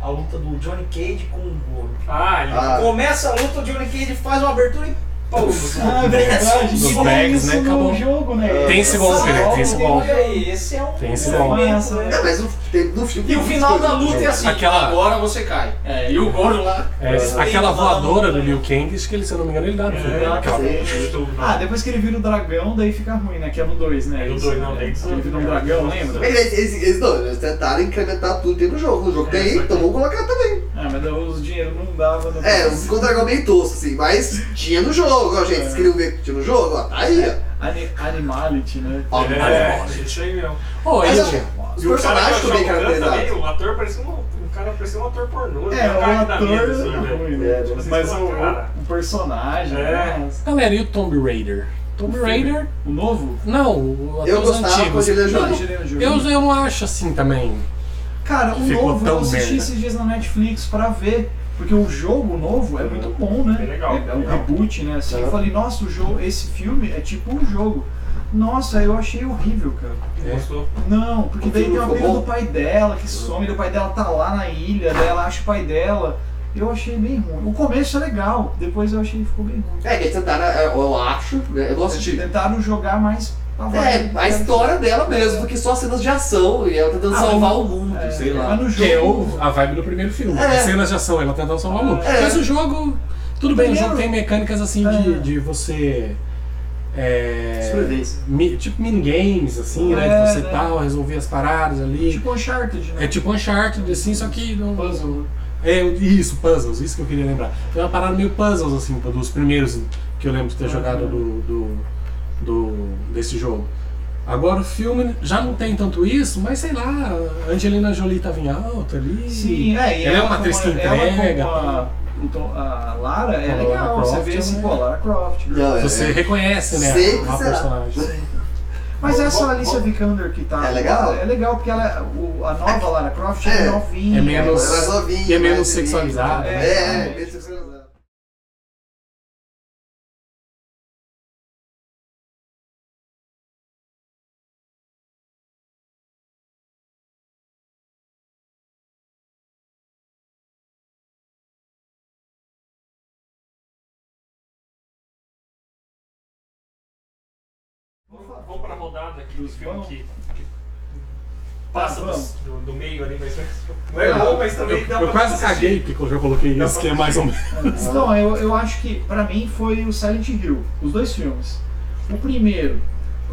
Speaker 3: a luta do Johnny Cage com o Goro.
Speaker 5: Ah, ele-
Speaker 1: Ah,
Speaker 3: Começa a luta, o Johnny Cage faz uma abertura e pum!
Speaker 2: Ah, é verdade,
Speaker 4: Nos
Speaker 2: tem
Speaker 4: bags,
Speaker 2: isso
Speaker 4: né?
Speaker 2: no
Speaker 4: Acabou.
Speaker 2: jogo, né?
Speaker 4: Tem esse golpe, né? Tem esse golpe.
Speaker 3: Olha aí, esse é um
Speaker 4: Tem esse
Speaker 3: momento,
Speaker 4: golpe.
Speaker 3: né?
Speaker 1: É, mas no, tem- no filme.
Speaker 3: E o
Speaker 1: tem
Speaker 3: final
Speaker 1: muita
Speaker 3: da
Speaker 1: coisa
Speaker 3: luta
Speaker 1: no
Speaker 3: é
Speaker 1: jogo.
Speaker 3: assim,
Speaker 4: Aquela-
Speaker 3: agora você cai. É, e o Goro lá.
Speaker 4: É,
Speaker 3: Esse
Speaker 4: aquela
Speaker 3: tem-
Speaker 4: voadora do Liu Kang, acho que ele, se eu não me engano, ele dá. no filme, né?
Speaker 2: É,
Speaker 4: Aquela-
Speaker 1: Sim.
Speaker 5: um
Speaker 2: Ah,
Speaker 5: né?
Speaker 2: depois que ele vira o dragão, daí fica ruim, né? Que é no 2, né?
Speaker 5: É no
Speaker 2: Isso,
Speaker 5: dois, não,
Speaker 2: né?
Speaker 5: daí
Speaker 2: Ele vira um dragão,
Speaker 5: assim.
Speaker 2: lembra?
Speaker 1: Mas Eles, eles, eles não, eles tentaram incrementar tudo tem no jogo. No jogo
Speaker 5: É,
Speaker 1: tem,
Speaker 5: só que-
Speaker 1: então vamos colocar também.
Speaker 2: Ah, mas os dinheiro não dava né? no
Speaker 1: É, os contra meio tosco, assim, mas tinha no jogo, ó, gente. Vocês queriam ver que tinha no jogo? Ó, tá aí,
Speaker 4: É.
Speaker 1: ó.
Speaker 2: Ani- Animality, né?
Speaker 1: Ó,
Speaker 5: É, isso aí mesmo.
Speaker 4: Pô,
Speaker 1: Mas,
Speaker 4: ele-
Speaker 1: ó, um os
Speaker 5: E o cara
Speaker 1: personagens
Speaker 5: que é o
Speaker 1: também
Speaker 5: Shao Kahn também,
Speaker 1: caracterizados.
Speaker 5: o ator parecia um, um cara parecia um ator pornô.
Speaker 2: É,
Speaker 5: né?
Speaker 2: o
Speaker 5: cara da
Speaker 2: ator
Speaker 5: vida, assim,
Speaker 2: é
Speaker 5: né?
Speaker 2: ruim, né?
Speaker 1: É,
Speaker 2: Mas
Speaker 5: vocês
Speaker 2: o,
Speaker 5: falam, cara.
Speaker 2: o personagem,
Speaker 5: É.
Speaker 2: né?
Speaker 4: Galera, e o Tomb Raider? Tomb Raider,
Speaker 2: O novo?
Speaker 4: não,
Speaker 1: Eu
Speaker 4: atores
Speaker 1: gostava
Speaker 4: antigos.
Speaker 1: quando ele era
Speaker 4: Não,
Speaker 1: jovem.
Speaker 4: eu, eu não acho assim também.
Speaker 2: Cara, o
Speaker 4: Ficou
Speaker 2: novo eu
Speaker 4: tão
Speaker 2: assisti
Speaker 4: merda.
Speaker 2: esses dias na Netflix pra ver. Porque o jogo novo é muito bom, né?
Speaker 5: É legal,
Speaker 2: É, é um
Speaker 5: legal.
Speaker 2: reboot, né? Assim,
Speaker 1: É.
Speaker 2: eu falei, nossa, o jogo, esse filme é tipo um jogo. Nossa, eu achei horrível, cara.
Speaker 1: É.
Speaker 5: Não Gostou?
Speaker 2: Não, porque
Speaker 1: O
Speaker 2: daí
Speaker 1: filme
Speaker 2: tem uma
Speaker 1: ficou
Speaker 2: briga
Speaker 1: bom?
Speaker 2: do pai dela que some, daí o pai dela tá lá na ilha, daí ela acha o pai dela. Eu achei bem ruim. O começo é legal, depois eu achei que ficou bem ruim.
Speaker 1: É, que eles tentaram, é, eu acho, né? Eu
Speaker 2: Eles
Speaker 1: não assisti.
Speaker 2: Tentaram jogar mais pra valer.
Speaker 1: É, a história dela mesmo, porque só cenas de ação e ela tentando
Speaker 2: Ah,
Speaker 1: salvar
Speaker 2: mas-
Speaker 1: o mundo,
Speaker 2: É,
Speaker 1: sei lá.
Speaker 2: Mas no
Speaker 4: Que é o-
Speaker 2: jogo.
Speaker 4: a vibe do primeiro filme.
Speaker 1: É.
Speaker 4: As cenas de ação, ela tá tentando salvar o mundo.
Speaker 1: É.
Speaker 4: Mas o jogo, tudo bem, o jogo
Speaker 2: Primeiro-
Speaker 4: tem mecânicas assim
Speaker 2: É.
Speaker 4: de, de você. É,
Speaker 1: Sobrevivência.
Speaker 4: mi, tipo minigames, assim,
Speaker 2: É,
Speaker 4: né? De você
Speaker 2: né?
Speaker 4: tal, resolver as paradas ali.
Speaker 2: Tipo Uncharted, né?
Speaker 4: É tipo Uncharted, assim, só que. Não,
Speaker 2: Puzzle. né?
Speaker 4: É, eu- isso, puzzles, isso que eu queria lembrar. Tem uma parada meio puzzles, assim, dos primeiros que eu lembro de ter
Speaker 2: Ah,
Speaker 4: jogado do, do, do- desse jogo. Agora o filme já não tem tanto isso, mas sei lá, a Angelina Jolie tava em alta ali.
Speaker 2: Sim, é, e
Speaker 4: Ela é uma
Speaker 2: como-
Speaker 4: atriz que
Speaker 2: ela como
Speaker 4: entrega.
Speaker 2: a- então, a Lara é
Speaker 4: Lara
Speaker 2: legal, você
Speaker 4: Croft,
Speaker 2: vê assim,
Speaker 4: né?
Speaker 2: pô, Lara Croft.
Speaker 1: Não, é,
Speaker 4: Você reconhece, né?
Speaker 1: Sempre
Speaker 4: a
Speaker 1: será.
Speaker 4: personagem.
Speaker 2: Mas
Speaker 5: Bom,
Speaker 2: essa
Speaker 5: bom,
Speaker 2: Alicia
Speaker 5: bom.
Speaker 2: Vikander que tá
Speaker 1: É legal?
Speaker 2: agora, é legal porque ela, o- a nova Lara Croft é,
Speaker 1: É.
Speaker 2: novinha.
Speaker 4: É
Speaker 1: ela
Speaker 4: menos-
Speaker 1: é mais novinha,
Speaker 4: e é menos
Speaker 1: mais feliz.
Speaker 4: sexualizada. né?
Speaker 1: É, é, menos sexualizada.
Speaker 5: Vamos pra rodada aqui dos Tá, filmes
Speaker 2: Vamos.
Speaker 5: que, que passa
Speaker 2: vamos.
Speaker 5: dos- do, do meio ali, mas não é bom, mas também dá
Speaker 4: Eu, eu
Speaker 5: pra
Speaker 4: quase
Speaker 2: assim.
Speaker 4: caguei porque eu já coloquei isso, que é mais ou menos.
Speaker 2: Então, eu, eu acho que pra mim foi o Silent Hill, os dois filmes. O primeiro,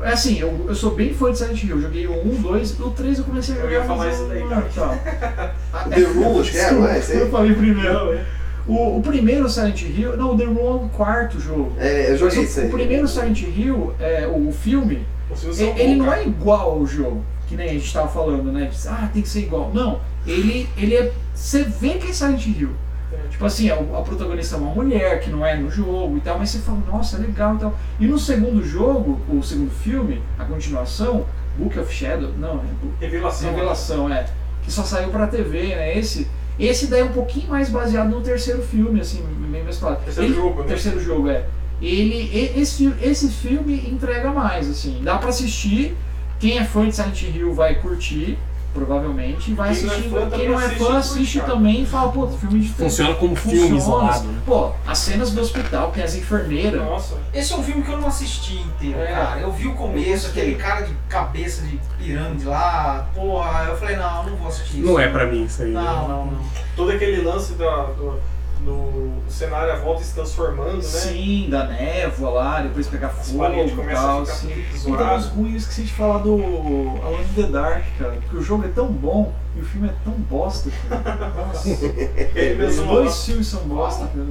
Speaker 2: é assim, eu, eu sou bem fã de Silent Hill, eu joguei o 1, 2, o 3 eu comecei a
Speaker 5: Eu
Speaker 2: jogar.
Speaker 5: ia falar
Speaker 2: mas
Speaker 5: isso daí,
Speaker 2: eu-
Speaker 5: tá?
Speaker 2: Ah,
Speaker 1: The Room, acho que é, não é? Esse aí?
Speaker 2: Eu falei primeiro.
Speaker 5: é.
Speaker 2: O, o primeiro Silent Hill, não, o The Room é o quarto jogo.
Speaker 1: É, eu joguei
Speaker 2: Mas
Speaker 1: isso
Speaker 2: o,
Speaker 1: aí.
Speaker 2: o primeiro Silent Hill, é, o filme,
Speaker 5: Os filmes são
Speaker 2: ele, ele
Speaker 5: bons,
Speaker 2: não
Speaker 5: cara.
Speaker 2: é igual ao jogo, que nem a gente tava falando, né? Diz, ah, tem que ser igual. Não, ele, ele é. Você vê que é Silent Hill.
Speaker 5: É,
Speaker 2: Tipo assim, a, a protagonista é uma mulher que não é no jogo e tal, mas você fala, nossa, legal e tal. E no segundo jogo, o segundo filme, a continuação, Book of Shadow, não, é Book
Speaker 5: Revelação.
Speaker 2: Revelação, é. Que só saiu pra TV, né? Esse, esse daí é um pouquinho mais baseado no terceiro filme, assim, meio mesclado.
Speaker 5: Terceiro
Speaker 2: Ele-
Speaker 5: jogo, né?
Speaker 2: Terceiro jogo, é. Ele, e- esse, fi- esse filme entrega mais, assim. Dá pra assistir. Quem é fã de Silent Hill vai curtir, provavelmente. e Vai
Speaker 5: Quem não é
Speaker 2: assistir.
Speaker 5: fã também
Speaker 2: quem não é
Speaker 5: assiste
Speaker 2: fã
Speaker 5: e
Speaker 2: assiste
Speaker 5: curte,
Speaker 2: também e fala, pô, filme de terror.
Speaker 4: Funciona como filme
Speaker 2: Funciona.
Speaker 4: isolado. né?
Speaker 2: Pô, as cenas do hospital, tem as enfermeiras.
Speaker 5: Nossa.
Speaker 3: Esse é um filme que eu não assisti inteiro,
Speaker 2: É.
Speaker 3: cara. Eu vi o começo, aquele cara de cabeça de pirâmide lá, porra. Eu falei, não, eu não vou assistir isso.
Speaker 4: Não é pra mim é isso aí. né?
Speaker 3: Não, não, não.
Speaker 5: Todo aquele lance da, do, no, o cenário à volta se transformando, né?
Speaker 2: Sim, da névoa lá, depois pegar
Speaker 5: As
Speaker 2: fogo
Speaker 5: paredes
Speaker 2: e
Speaker 5: começam
Speaker 2: tal.
Speaker 5: a ficar
Speaker 2: Assim.
Speaker 5: tudo
Speaker 2: E tem uns
Speaker 5: zoado.
Speaker 2: ruins, eu esqueci de falar do Alone in the Dark, cara. Porque o jogo é tão bom e o filme é tão bosta, cara. Nossa.
Speaker 5: Ele
Speaker 2: Os
Speaker 5: mesmo lá.
Speaker 2: dois filmes são bosta, cara.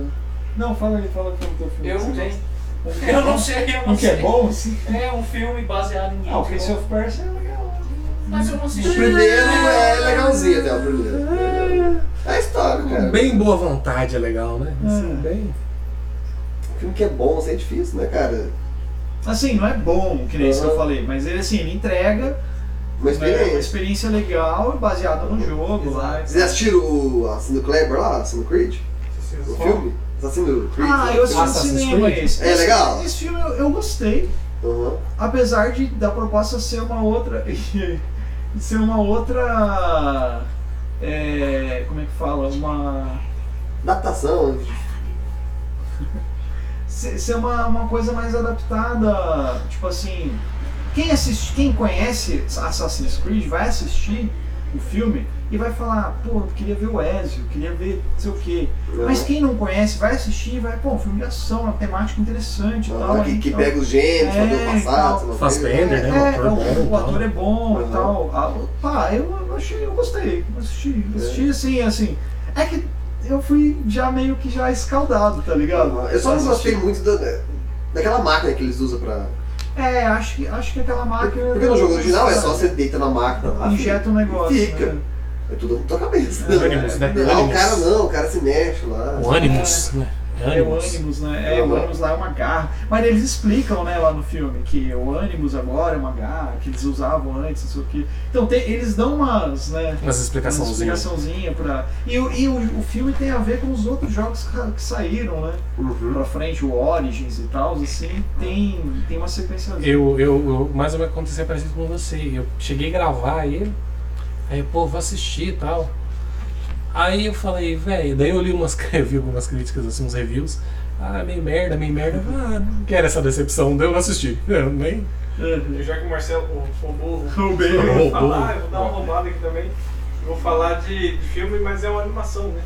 Speaker 2: Não, fala aí, fala como teu filme.
Speaker 3: Eu
Speaker 2: que
Speaker 3: não
Speaker 2: você
Speaker 3: tenho.
Speaker 2: gosta. Um que é
Speaker 3: Eu
Speaker 2: bom-
Speaker 3: não sei, eu não
Speaker 2: Um que
Speaker 3: sei.
Speaker 2: é bom, assim.
Speaker 3: É um filme baseado em
Speaker 2: Ah, o
Speaker 3: livro.
Speaker 2: Prince of Persia é legal.
Speaker 3: Mas eu não assisti.
Speaker 1: O primeiro é legalzinho até o primeiro. É a história, cara.
Speaker 4: Bem boa vontade é legal, né? Assim,
Speaker 2: É.
Speaker 4: bem...
Speaker 1: O filme que é bom, assim, é difícil, né, cara?
Speaker 2: Assim, não é bom, que nem isso que eu falei, mas ele assim, ele entrega
Speaker 1: Uma
Speaker 2: né, uma
Speaker 1: experiência.
Speaker 2: experiência legal baseada no jogo lá.
Speaker 1: Vocês assistiram o Assassino Kleber lá, Assassino Creed? O
Speaker 5: Vocês vão-
Speaker 1: filme? Assassino Creed? né?
Speaker 2: Ah, eu assisti no
Speaker 4: Assassin's
Speaker 2: cinema
Speaker 4: Creed?
Speaker 2: esse.
Speaker 1: É
Speaker 2: Esse-
Speaker 1: legal?
Speaker 2: Esse, filme eu, eu gostei,
Speaker 1: Aham.
Speaker 2: apesar de da proposta ser uma outra. de ser uma outra. é, como é que fala? Uma.
Speaker 1: Datação. né?
Speaker 2: ser ser uma, uma coisa mais adaptada, tipo assim, quem assiste, quem conhece Assassin's Creed vai assistir o filme e vai falar, pô, eu queria ver o Ezio, eu queria ver não sei o quê. Mas quem não conhece vai assistir e vai, pô, um filme de ação, uma temática interessante e tal.
Speaker 1: Ah, que, que
Speaker 2: então-
Speaker 1: pega os gêmeos, pra ver o
Speaker 2: É,
Speaker 1: passado. sei lá o quê.
Speaker 4: Fassbender,
Speaker 2: É,
Speaker 4: né? O ator
Speaker 2: é,
Speaker 4: é bom
Speaker 2: o,
Speaker 4: e
Speaker 2: o ator é bom e
Speaker 4: tal.
Speaker 1: Uhum.
Speaker 2: tal. Ah, pá, eu eu achei, eu gostei, eu assisti,
Speaker 1: É.
Speaker 2: eu assisti assim, assim. É que eu fui já meio que já escaldado, tá ligado?
Speaker 1: Ah,
Speaker 2: assim,
Speaker 1: Eu só não
Speaker 2: Assisti.
Speaker 1: gostei muito da, daquela máquina que eles usam pra.
Speaker 2: É, acho que, acho Ah, que aquela máquina.
Speaker 1: Porque no jogo original é só você deita na máquina lá.
Speaker 2: Injeta um negócio.
Speaker 1: Fica.
Speaker 2: né?
Speaker 1: É tudo na tua cabeça.
Speaker 4: O Animus, né?
Speaker 1: Não, o cara não, o cara se mexe lá.
Speaker 4: O Animus, né?
Speaker 2: É o
Speaker 4: Animus.
Speaker 2: ânimos, né? É, o
Speaker 1: Uhum.
Speaker 2: ânimos lá é uma garra. Mas eles explicam, né, lá no filme, que o ânimos agora é uma garra, que eles usavam antes, não sei o quê. Então tem- eles dão umas, né?
Speaker 4: Umas
Speaker 2: umas
Speaker 4: explicações.
Speaker 2: explicaçãozinha pra. E, o- e o, o filme tem a ver com os outros jogos que, que saíram, né?
Speaker 1: Uhum.
Speaker 2: Pra frente, o Origins e tal, assim, tem, tem uma sequência.
Speaker 4: Eu, eu, eu, mais ou menos aconteceu parecido com você. Eu cheguei a gravar ele, aí, pô, vou assistir e tal. Aí eu falei, velho, daí eu li umas, eu vi algumas críticas, assim, uns reviews. Ah, meio merda, meio merda. Ah, não quero essa decepção, daí eu não assisti. Eu nem.
Speaker 2: Uhum.
Speaker 5: E Já que o Marcelo, o, o burro,
Speaker 2: O bem.
Speaker 5: eu
Speaker 4: Roubou.
Speaker 5: vou falar, eu vou dar
Speaker 2: né?
Speaker 5: uma roubada aqui também. Eu Vou falar de, de filme, mas é uma animação, né?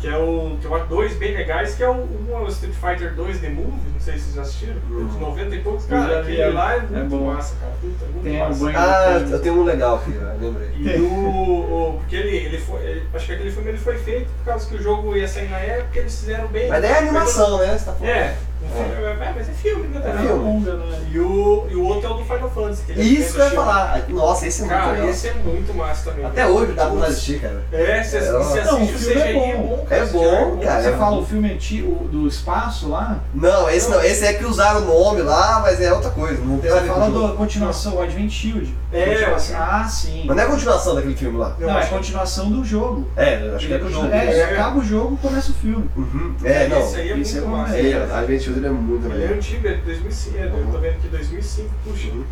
Speaker 5: Que é o. Que eu acho dois bem legais, que é o, um é o Street Fighter 2 The Movie, não sei se vocês já assistiram,
Speaker 1: Não.
Speaker 5: de 90 e poucos,
Speaker 2: Eu já
Speaker 5: cara,
Speaker 2: vi,
Speaker 5: aquele
Speaker 2: é-
Speaker 5: lá é
Speaker 2: é
Speaker 5: muito
Speaker 2: bom.
Speaker 5: massa, cara. Puta, é muito
Speaker 2: Tem o
Speaker 5: massa.
Speaker 2: banho.
Speaker 1: Ah, eu tenho um legal aqui, eu lembrei.
Speaker 5: E o, o. Porque ele, ele foi. ele- acho que aquele filme ele foi feito por causa que o jogo ia sair na época, eles fizeram bem.
Speaker 1: Mas daí é animação, né? Você tá falando.
Speaker 5: É, um filme, é, mas é filme, né?
Speaker 1: É
Speaker 5: tá?
Speaker 1: filme.
Speaker 2: longa, né?
Speaker 5: E o, e o outro é o do Final Fantasy. que ele é
Speaker 1: Isso que eu ia
Speaker 5: feito-
Speaker 1: falar. Nossa, esse é muito
Speaker 5: Cara,
Speaker 1: legal.
Speaker 5: esse é muito massa também.
Speaker 1: Até
Speaker 5: velho.
Speaker 1: hoje dá pra assistir, cara.
Speaker 5: É, você
Speaker 1: Não,
Speaker 5: assiste,
Speaker 2: o
Speaker 5: assiste o
Speaker 2: filme é
Speaker 5: CGI, é
Speaker 2: bom.
Speaker 5: bom, cara.
Speaker 1: É bom, cara.
Speaker 2: Você fala o filme antigo do espaço lá?
Speaker 1: Não, esse não. Esse é que usaram o nome lá, mas é outra coisa. Não tem nada a
Speaker 2: Você
Speaker 1: ver com
Speaker 2: fala
Speaker 1: o jogo.
Speaker 2: da continuação, o Advent Shield.
Speaker 5: É,
Speaker 2: Continuação. ah, sim.
Speaker 1: Mas não é a continuação daquele filme lá.
Speaker 2: Não, é a continuação do jogo.
Speaker 1: É, eu acho que é do jogo.
Speaker 2: É,
Speaker 5: isso.
Speaker 2: é, acaba o jogo, começa o filme.
Speaker 1: Uhum. É, não.
Speaker 5: Esse aí é
Speaker 2: Esse
Speaker 5: muito
Speaker 2: é bom,
Speaker 5: massa.
Speaker 2: né?
Speaker 1: É, a Advent Children é muito
Speaker 5: Ele é
Speaker 1: legal.
Speaker 5: antigo, é de 2005. é, Eu tô vendo que 2005, puxa.
Speaker 1: Uhum.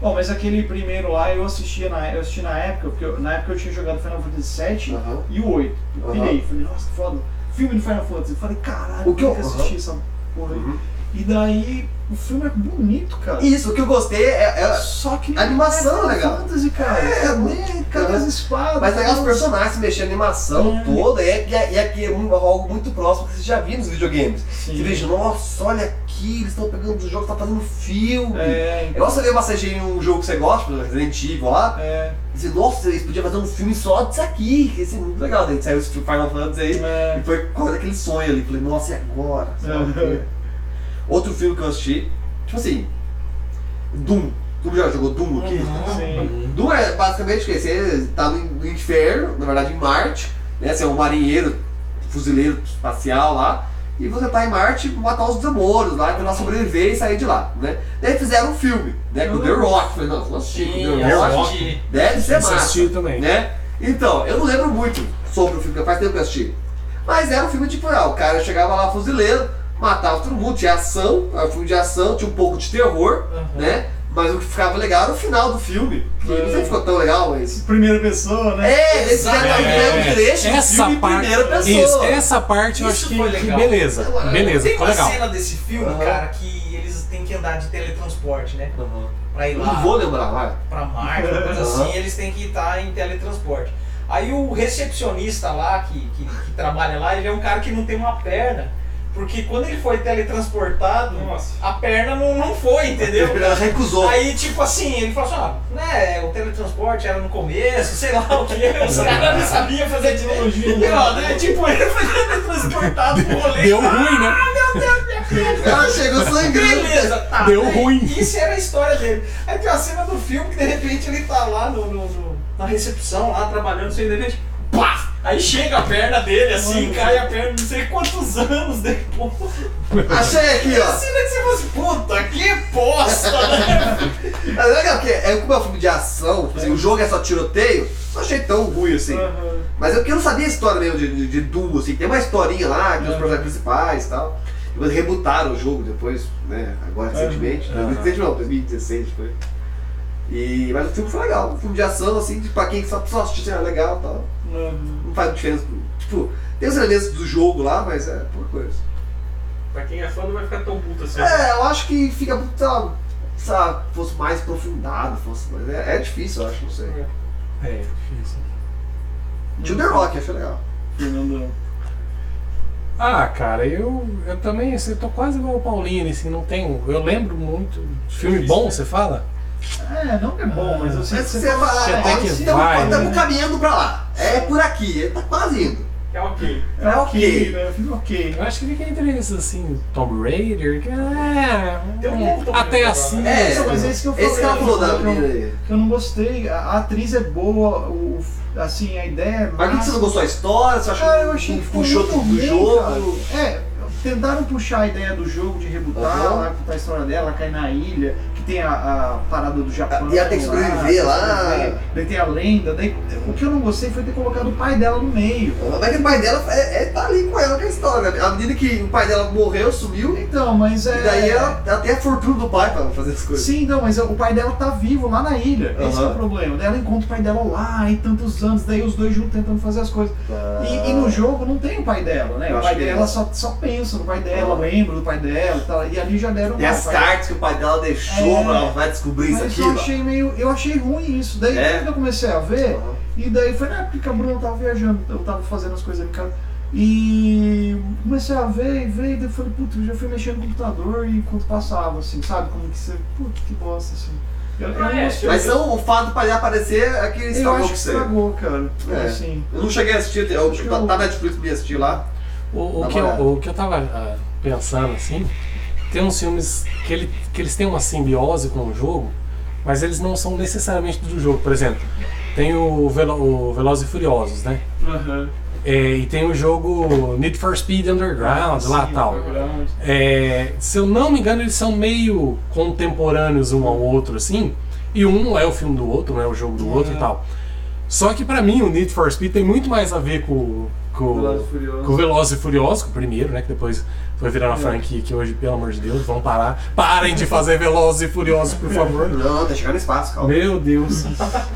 Speaker 2: Bom, mas aquele primeiro lá eu assistia na, eu assisti na época, porque eu- na época eu tinha jogado Final Fantasy né? VII
Speaker 1: Aham.
Speaker 2: e o 8. Eu
Speaker 1: Aham.
Speaker 2: pirei, falei, nossa, que foda. Filme do Final Fantasy. Eu falei, caralho,
Speaker 1: O que eu-
Speaker 2: eu assisti essa porra aí.
Speaker 1: Uhum.
Speaker 2: E daí, o filme é bonito, cara.
Speaker 1: Isso, o que eu gostei é. é-
Speaker 2: Só que
Speaker 1: A animação
Speaker 2: é
Speaker 1: é legal.
Speaker 2: Fantasy, cara.
Speaker 1: É,
Speaker 2: Cadê, cadê as espadas?
Speaker 1: Mas é legal os personagens se mexendo, a animação
Speaker 2: É.
Speaker 1: toda, e aqui é, e aqui é um- algo muito próximo que você já viu nos videogames. Você
Speaker 2: Sim.
Speaker 1: veja, nossa, olha aqui, eles estão pegando os jogos, tá fazendo filme.
Speaker 2: É,
Speaker 1: É igual você vê uma CG em um jogo que você gosta, por exemplo, Resident Evil lá,
Speaker 2: é,
Speaker 1: e você, nossa, eles podiam fazer um filme só disso aqui, que ia ser muito legal. Daí saiu o Final Fantasy aí, né?
Speaker 2: é.
Speaker 1: E foi quase aquele sonho ali. Falei, nossa, e agora? Sabe?
Speaker 2: Aham.
Speaker 1: Outro filme que eu assisti, tipo assim, Doom. Tu já jogou Doom aqui?
Speaker 2: Sim.
Speaker 1: Doom é basicamente o quê? Você tá no no inferno, na verdade em Marte, né? Você é um marinheiro, fuzileiro espacial lá. E você tá em Marte pra matar os demônios lá, tentar sobreviver e sair de lá, né? Daí fizeram um filme, né? Com The Rock. Falei, não, vou assistir com
Speaker 3: Sim,
Speaker 1: The
Speaker 4: eu
Speaker 1: Rock.
Speaker 3: assisti.
Speaker 1: Deve ser
Speaker 4: Esse eu
Speaker 1: é massa
Speaker 4: assisti também.
Speaker 1: né? Então, eu não lembro muito sobre o filme, faz tempo que eu assisti. Mas era um filme tipo, ah, o cara chegava lá fuzileiro, matava todo mundo, tinha ação, era um filme de ação, tinha um pouco de terror, né? Mas o que ficava legal era o final do filme, que não sei se ficou tão legal, mas...
Speaker 2: Primeira pessoa, né?
Speaker 1: É, eles fizeram um trecho do
Speaker 4: é. Essa
Speaker 1: filme em
Speaker 4: parte,
Speaker 1: primeira pessoa.
Speaker 4: isso, é. essa parte eu
Speaker 3: Isso
Speaker 4: acho que,
Speaker 3: foi
Speaker 4: que
Speaker 3: legal.
Speaker 4: beleza. Beleza,
Speaker 3: Tem
Speaker 4: ficou
Speaker 3: uma
Speaker 4: legal.
Speaker 3: cena desse filme,
Speaker 1: Aham.
Speaker 3: cara, que eles têm que andar de teletransporte, né?
Speaker 1: Aham.
Speaker 3: Pra ir
Speaker 1: Eu
Speaker 3: lá
Speaker 1: não vou lembrar, vai.
Speaker 3: pra Marte, uma coisa
Speaker 1: Aham.
Speaker 3: assim, eles têm que estar em teletransporte. Aí o recepcionista lá, que, que, que trabalha lá, ele é um cara que não tem uma perna. Porque quando ele foi teletransportado,
Speaker 5: Nossa.
Speaker 3: a perna não, não foi, entendeu?
Speaker 1: Ela recusou.
Speaker 3: Aí, tipo assim, ele falou assim, ah, né, o teletransporte era no começo, sei lá o que, os caras não sabiam fazer tecnologia. Não, né, tipo, ele foi teletransportado pro rolê. Ah,
Speaker 4: Deu ruim, né?
Speaker 1: Ela chegou sangrando.
Speaker 3: Beleza, tá.
Speaker 4: Deu
Speaker 3: né?
Speaker 4: ruim.
Speaker 3: Isso era a história dele. Aí tem uma cena do filme que de repente ele tá lá no, no- no- na recepção, lá trabalhando, sem de repente, pá! Aí chega a perna dele assim, cai a perna, não sei quantos anos depois.
Speaker 1: Achei aqui,
Speaker 3: A
Speaker 1: ó.
Speaker 3: cena que você fala assim, puta, que bosta, né?
Speaker 1: Mas é legal porque é como é um filme de ação, tipo assim, o jogo é só tiroteio, não achei tão ruim assim.
Speaker 5: Aham.
Speaker 1: Mas eu, porque eu não sabia a história mesmo de, de, de Doom, assim, tem uma historinha lá, que os personagens principais e tal. Depois rebutaram o jogo depois, né? Agora recentemente. 2016 não, 2016 foi. E, mas o filme foi legal, um filme de ação, assim, de, pra quem só, só assistiu era legal e tal. Não faz diferença. Tipo, tem os elementos do jogo lá, mas é pouca coisa.
Speaker 5: Pra quem é fã não vai ficar tão puto assim.
Speaker 1: É, eu acho que fica muito. sei lá, Se ela fosse mais aprofundado, fosse, mas é, é difícil, eu acho, não sei.
Speaker 4: É, difícil.
Speaker 1: Tio The Rock, achei legal.
Speaker 2: Fernando.
Speaker 4: Ah, cara, eu, eu também, assim, eu tô quase igual o Paulinho, assim, não tenho. Eu lembro muito. Filme
Speaker 5: Difícil,
Speaker 4: bom,
Speaker 5: né?
Speaker 4: você fala?
Speaker 2: É, não que é bom, mas eu sei
Speaker 1: Mas
Speaker 2: que
Speaker 1: se
Speaker 2: você
Speaker 1: você fala,
Speaker 4: você
Speaker 1: ah,
Speaker 4: tem que
Speaker 2: é um
Speaker 1: estamos,
Speaker 4: vai,
Speaker 1: estamos
Speaker 4: né?
Speaker 1: caminhando pra lá. É por aqui, ele tá quase indo.
Speaker 5: É ok.
Speaker 2: É ok,
Speaker 1: ok.
Speaker 2: né? Eu fiz ok.
Speaker 4: Eu acho que fica entre esses, assim, Tomb Raider, que é.
Speaker 5: Tem um novo Tomb
Speaker 4: até
Speaker 5: Raider
Speaker 4: assim.
Speaker 5: agora, né?
Speaker 1: É,
Speaker 2: Não, mas é isso que eu
Speaker 1: Esse
Speaker 2: falei,
Speaker 1: cara falou da
Speaker 2: eu- eu-
Speaker 1: menina aí.
Speaker 2: Que eu não gostei. A a atriz é boa, o, o- assim, a ideia é
Speaker 1: Mas o que que você não gostou da história? Você achou um
Speaker 2: Cara, eu
Speaker 1: que
Speaker 2: achei que
Speaker 1: não
Speaker 2: ficou
Speaker 1: puxou
Speaker 2: muito
Speaker 1: do do
Speaker 2: ruim,
Speaker 1: jogo?
Speaker 2: cara. É, tentaram puxar a ideia do jogo de rebutar,
Speaker 1: Aham.
Speaker 2: lá contar a história dela, ela cai na ilha, que tem a, a parada do Japão.
Speaker 1: E ela tem que
Speaker 2: lá,
Speaker 1: sobreviver lá.
Speaker 2: sobreviver. Daí tem a lenda. Daí, o que eu não gostei foi ter colocado o pai dela no meio.
Speaker 1: Mas que o pai dela é, é- tá ali com ela com a história. né? A menina que o pai dela morreu, sumiu,
Speaker 2: Então, mas é.
Speaker 1: e daí ela, ela tem a fortuna do pai pra fazer as coisas.
Speaker 2: Sim, não, mas o pai dela tá vivo lá na ilha. Esse é
Speaker 1: Aham.
Speaker 2: o problema. Daí ela encontra o pai dela lá em tantos anos, daí os dois juntos tentando fazer as coisas.
Speaker 1: Tá.
Speaker 2: E, e no jogo não tem o pai dela, né?
Speaker 1: Eu
Speaker 2: O
Speaker 1: acho
Speaker 2: pai
Speaker 1: que-
Speaker 2: dela só, só pensa no pai dela,
Speaker 1: Ah.
Speaker 2: lembra do pai dela e tal. E ali já deram
Speaker 1: Tem
Speaker 2: uma,
Speaker 1: as
Speaker 2: pai-
Speaker 1: cartas que o pai dela deixou,
Speaker 2: É.
Speaker 1: mas ela vai descobrir isso
Speaker 2: Mas
Speaker 1: aqui.
Speaker 2: eu
Speaker 1: ó.
Speaker 2: achei meio. Eu achei ruim isso. Daí
Speaker 1: É?
Speaker 2: quando eu comecei a ver,
Speaker 1: Aham.
Speaker 2: e daí foi na época que a Bruna tava viajando, eu tava fazendo as coisas em casa. E comecei a ver e ver, e daí eu falei, puta, eu já fui mexendo no computador e enquanto passava, assim, sabe? Como que você. Puta, que bosta, assim. Eu, eu,
Speaker 5: Ah,
Speaker 2: não
Speaker 5: é,
Speaker 2: gostei.
Speaker 1: Mas não, o fato do pai dela aparecer é que
Speaker 2: eu
Speaker 1: estragou
Speaker 2: acho que
Speaker 1: pra você.
Speaker 2: estragou, cara.
Speaker 1: É.
Speaker 2: Assim.
Speaker 1: Eu não cheguei a assistir, eu,
Speaker 2: Acho que
Speaker 1: tá
Speaker 2: eu-
Speaker 1: na Netflix me assistir lá.
Speaker 4: O, o,
Speaker 1: Na
Speaker 4: que eu,
Speaker 1: moral.
Speaker 4: o que eu tava ah, pensando, assim, tem uns filmes que, ele, que eles têm uma simbiose com o jogo, mas eles não são necessariamente do jogo. Por exemplo, tem o, Velo, o Velozes e Furiosos, né?
Speaker 2: Aham.
Speaker 4: É, e tem o jogo Need for Speed Underground,
Speaker 5: Ah,
Speaker 4: lá
Speaker 2: Sim,
Speaker 4: tal.
Speaker 2: underground.
Speaker 4: É, se eu não me engano, eles são meio contemporâneos um ao outro, assim. E um é o filme do outro, né? O jogo
Speaker 2: É.
Speaker 4: do outro e tal. Só que pra mim, o Need for Speed tem muito mais a ver com, com,
Speaker 2: Velozes e Furiosos. É.
Speaker 4: com o Velozes e Furiosos, com o primeiro, né? Que depois foi virar uma franquia que hoje, pelo amor de Deus, vão parar. Parem de fazer Velozes e Furiosos, por favor.
Speaker 1: Não, tá chegando no espaço, calma.
Speaker 4: Meu Deus.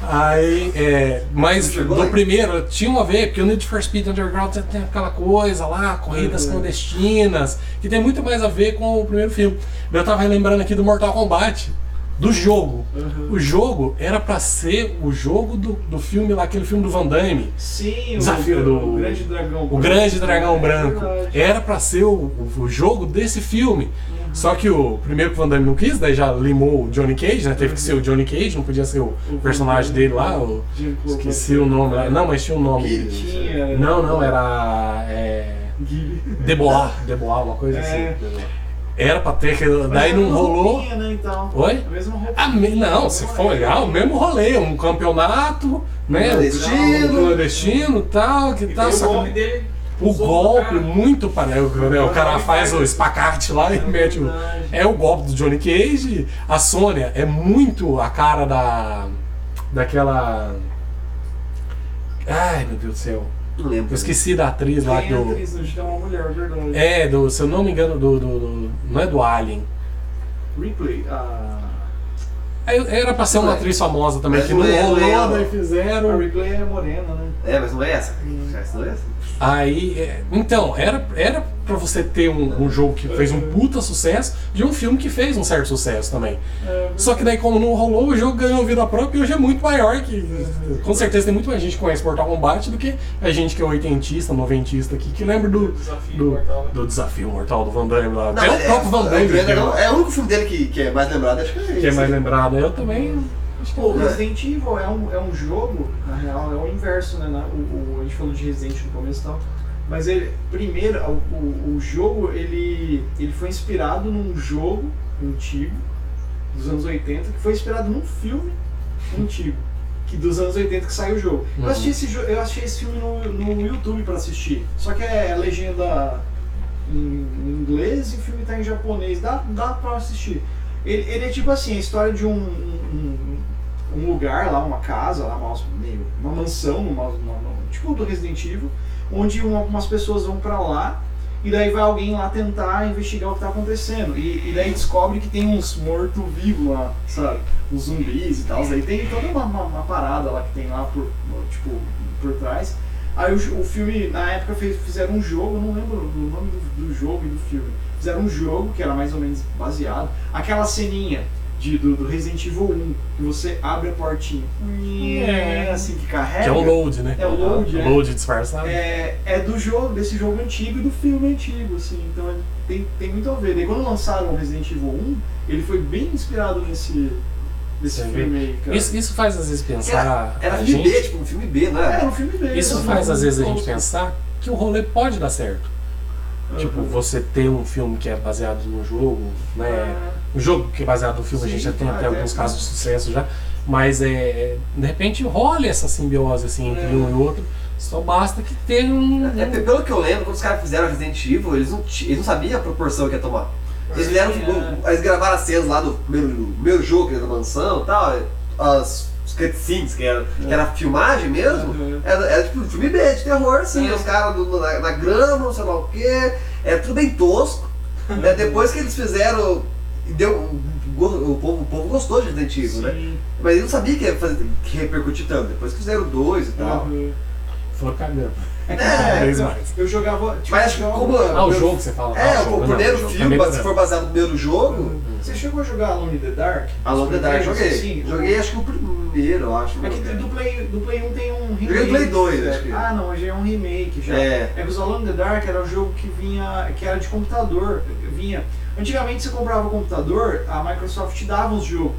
Speaker 4: Aí, é, mas
Speaker 1: Chegou
Speaker 4: do
Speaker 1: aí.
Speaker 4: primeiro tinha uma ver, porque o Need for Speed Underground tem- tem aquela coisa lá, corridas
Speaker 1: Uhum.
Speaker 4: clandestinas, que tem muito mais a ver com o primeiro filme. Eu tava lembrando aqui do Mortal Kombat, do jogo.
Speaker 1: Uhum.
Speaker 4: O jogo era pra ser o jogo do, do filme lá, aquele filme do Van Damme.
Speaker 2: Sim, o,
Speaker 4: Desafio do-
Speaker 2: o Grande Dragão
Speaker 4: O Grande Dragão Branco.
Speaker 2: É verdade. Uhum.
Speaker 4: Era pra ser o, o- o jogo desse filme. Só que o primeiro que o Van Damme não quis, daí já limou o Johnny Cage, né? Teve que ser o Johnny Cage, não podia ser o
Speaker 2: O
Speaker 4: personagem
Speaker 2: Van
Speaker 4: dele
Speaker 2: Damme.
Speaker 4: lá. o-
Speaker 2: Jim Cooper.
Speaker 4: Esqueci o nome lá. Não, mas tinha um nome.
Speaker 2: Tinha.
Speaker 4: Não, não, era. É... Deboar, Deboar, uma coisa
Speaker 2: É.
Speaker 4: assim. Era pra ter aquele. Daí não
Speaker 2: Mas é uma
Speaker 4: rolou.
Speaker 2: roupinha, Né, então.
Speaker 4: Oi?
Speaker 2: A mesma
Speaker 4: Ah,
Speaker 2: roupinha.
Speaker 4: me- não, se for olhar, o mesmo rolê, um campeonato, né?
Speaker 1: Clandestino.
Speaker 4: Um Clandestino tal, que
Speaker 5: E
Speaker 4: tal.
Speaker 5: tem
Speaker 4: só
Speaker 5: o
Speaker 4: que-
Speaker 5: golpe dele.
Speaker 4: tá, o
Speaker 5: os outros
Speaker 4: golpe
Speaker 5: caras.
Speaker 4: muito parecido. O cara faz o espacate lá e mete o.
Speaker 2: verdade.
Speaker 4: É o golpe do Johnny Cage. A Sônia é muito a cara da. daquela. Ai meu Deus do céu.
Speaker 1: Não lembro.
Speaker 4: Eu esqueci da atriz É, lá
Speaker 2: é
Speaker 5: Tem
Speaker 4: do.
Speaker 5: atriz, não te dá uma mulher, verdade.
Speaker 4: É, do, se eu não me engano, do. do- do- não é do Alien.
Speaker 2: Ripley. Ah,
Speaker 4: É, Era pra ser uma
Speaker 1: Não é.
Speaker 4: atriz famosa também,
Speaker 1: Mas
Speaker 4: que
Speaker 1: não
Speaker 4: não
Speaker 1: é, não é
Speaker 4: rolou,
Speaker 1: ela.
Speaker 4: daí
Speaker 2: a
Speaker 4: fizeram.
Speaker 2: Ripley é morena, né?
Speaker 1: É, mas não é essa. Essa não é essa.
Speaker 4: Aí. é, Então, era, era pra você ter um, um jogo que fez um puta sucesso de um filme que fez um certo sucesso também. Só que daí, como não rolou, o jogo ganhou vida própria e hoje é muito maior que. Com certeza tem muito mais gente que conhece Mortal Kombat do que a gente que é oitentista, noventista aqui, que lembra do.
Speaker 5: Desafio
Speaker 4: Do,
Speaker 5: Mortal, né?
Speaker 4: do desafio mortal do Van Damme lá.
Speaker 1: Não,
Speaker 4: Até o
Speaker 1: é-
Speaker 4: próprio Van
Speaker 1: é,
Speaker 4: Damme.
Speaker 1: o Grande
Speaker 4: viu?
Speaker 1: Dragão é o único filme dele que, que é mais lembrado, acho que é
Speaker 4: que é
Speaker 1: esse.
Speaker 4: mais lembrado. Eu também. Acho que
Speaker 2: Pô,
Speaker 4: eu-
Speaker 2: é o Resident Evil é um, é um jogo, na real, é o inverso, né? na- o, o- a gente falou de Resident no começo e tal. Mas ele, primeiro, o, o, o jogo, ele, ele foi inspirado num jogo antigo, dos anos 80, que foi inspirado num filme antigo, que dos anos 80 que saiu o jogo.
Speaker 4: Uhum.
Speaker 2: Eu, assisti esse, jo- eu assisti esse filme no, no YouTube pra assistir, só que é legenda em em inglês e o filme tá em japonês, dá, dá pra assistir. Ele, ele é tipo assim, a história de um, um- um- um lugar lá, uma casa lá, uma, meio, uma mansão, uma, uma- uma- tipo do Resident Evil, onde uma- umas pessoas vão pra lá e daí vai alguém lá tentar investigar o que tá acontecendo. E, e daí descobre que tem uns mortos-vivos lá, sabe? Uns zumbis e tal. Daí tem toda uma, uma- uma parada lá que tem lá por, tipo, por trás. Aí o, jo- o filme, na época, fez, fizeram um jogo, eu não lembro o nome do, do jogo e do filme. Fizeram um jogo que era mais ou menos baseado. Aquela ceninha de, do, do Resident Evil 1, que você abre a portinha.
Speaker 4: É.
Speaker 2: Assim que carrega.
Speaker 4: Que é o load, né?
Speaker 2: É o load, é.
Speaker 4: Load disfarçado.
Speaker 2: É, é do jogo, desse jogo antigo e do filme antigo, assim, então ele tem, tem muito a ver. Daí quando lançaram o Resident Evil 1, ele foi bem inspirado nesse, nesse
Speaker 4: Você vê?
Speaker 2: filme aí, cara.
Speaker 4: Isso, isso faz às vezes pensar.
Speaker 1: Era
Speaker 4: a
Speaker 1: filme
Speaker 4: Ah, gente-
Speaker 1: B, tipo, um filme B, não
Speaker 2: É,
Speaker 1: é?
Speaker 2: no filme dele.
Speaker 4: Isso
Speaker 2: né?
Speaker 4: faz às vezes a gente
Speaker 2: Uhum.
Speaker 4: pensar que o rolê pode dar certo.
Speaker 1: Uhum.
Speaker 4: Tipo, você ter um filme que é baseado no jogo, né?
Speaker 2: É,
Speaker 1: Uhum.
Speaker 4: Um jogo que é baseado no filme, a
Speaker 2: Sim,
Speaker 4: gente já tem
Speaker 2: até.
Speaker 4: até alguns casos de sucesso já. Mas é, de repente rola essa simbiose assim, entre
Speaker 2: É.
Speaker 4: um e outro. Só basta que tenha um.
Speaker 1: Uhum. É,
Speaker 4: um-
Speaker 1: pe- pelo que eu lembro, quando os caras fizeram Resident Evil, eles não, ti- eles não sabiam a proporção que ia tomar. Eles fizeram,
Speaker 2: É.
Speaker 1: eles gravaram as cenas lá do primeiro, do primeiro jogo, que era da mansão e tal, as, os cutscenes, que era, que
Speaker 4: É.
Speaker 1: era filmagem mesmo,
Speaker 2: Uhum.
Speaker 1: era, era tipo um filme B de terror, assim,
Speaker 2: É.
Speaker 1: os caras do- na, na grama, não sei lá o quê, era tudo bem tosco. né? Depois que eles fizeram, deu, o, povo, o povo gostou de Resident Evil, né?
Speaker 2: sim,
Speaker 1: Mas eu não sabia que ia, fazer, que ia repercutir tanto. Depois que fizeram dois e tal.
Speaker 2: uhum.
Speaker 4: Foi cagando.
Speaker 2: É,
Speaker 4: Cada vez
Speaker 2: eu-
Speaker 4: mais.
Speaker 2: Eu jogava. Tipo,
Speaker 1: Mas acho que
Speaker 2: jogava-
Speaker 1: como.
Speaker 4: Ah, o jogo que você fala.
Speaker 1: É,
Speaker 4: ah,
Speaker 1: o,
Speaker 4: jogo, não,
Speaker 1: primeiro
Speaker 4: o jogo
Speaker 1: filme,
Speaker 4: também
Speaker 1: se
Speaker 4: não. é.
Speaker 1: for baseado no primeiro jogo.
Speaker 2: Uhum. Você chegou a jogar Alone in the Dark?
Speaker 1: Alone in the Dark,
Speaker 2: Os primeiros,
Speaker 1: joguei.
Speaker 2: assim,
Speaker 1: joguei acho que o primeiro, eu acho.
Speaker 2: É que do Play, do Play 1 tem um remake.
Speaker 1: Joguei no Play 2, acho que.
Speaker 2: Ah, não, já é um remake já.
Speaker 1: É.
Speaker 2: É que o Alone in the Dark era um jogo que vinha, que era de computador, vinha. Antigamente você comprava o computador, a Microsoft te dava os jogos,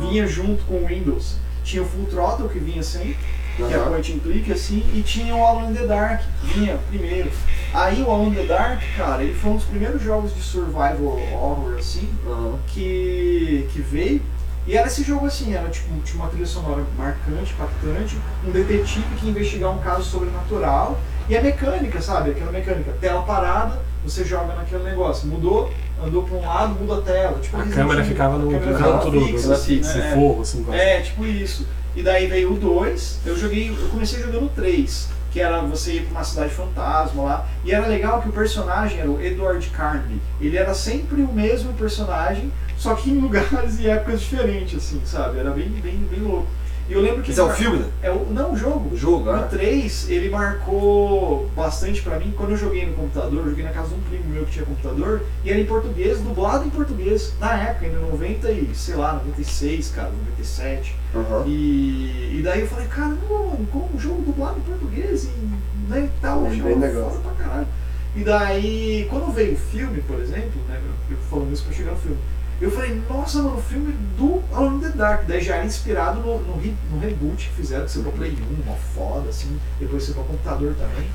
Speaker 2: vinha junto com o Windows. Tinha o Full Throttle que vinha assim, que é
Speaker 1: Aham.
Speaker 2: point and click assim, e tinha o Alone in the Dark, que vinha primeiro. Aí o Alone in the Dark, cara, ele foi um dos primeiros jogos de survival horror assim,
Speaker 1: Aham.
Speaker 2: que, que veio. E era esse jogo assim, era tipo tinha uma trilha sonora marcante, impactante, um detetive que ia investigar um caso sobrenatural. E a mecânica, sabe? Aquela mecânica, tela parada, você joga naquele negócio. Mudou, andou pra um lado, muda a tela. Tipo,
Speaker 4: A
Speaker 2: Resident
Speaker 4: câmera
Speaker 2: Evil.
Speaker 4: ficava no
Speaker 2: A câmera
Speaker 4: canto
Speaker 2: ficava
Speaker 4: do, do,
Speaker 2: fixa,
Speaker 1: ela
Speaker 2: assim,
Speaker 1: fixa,
Speaker 2: né?
Speaker 4: desse forro, assim, quase.
Speaker 2: É, tipo isso. E daí veio o 2, eu joguei, eu comecei jogando o 3, que era você ir pra uma cidade fantasma lá. E era legal que o personagem era o Edward Carnby. Ele era sempre o mesmo personagem, só que em lugares e épocas diferentes, assim, sabe? Era bem, bem, bem louco. E eu lembro que.
Speaker 1: Esse é o
Speaker 2: mar-
Speaker 1: filme, né?
Speaker 2: É o, não, o jogo.
Speaker 1: O jogo,
Speaker 2: O
Speaker 1: né?
Speaker 2: 3, ele marcou bastante pra mim. Quando eu joguei no computador, eu joguei na casa de um primo meu que tinha computador, e era em português, dublado em português, na época, em 90 e, sei lá, 96, cara, 97.
Speaker 1: Aham.
Speaker 2: E, e daí eu falei, cara, mano, como um jogo dublado em português e né, e tal,
Speaker 1: Achei
Speaker 2: um
Speaker 1: É bem
Speaker 2: jogo
Speaker 1: legal.
Speaker 2: foda pra caralho. E daí, quando veio o filme, por exemplo, né, eu eu falando isso pra chegar no filme, eu falei, nossa, mano, o filme do Alone in the Dark, daí já era inspirado no, no, re- no reboot que fizeram, que você pra Play 1, uma foda, assim, depois você pra computador também.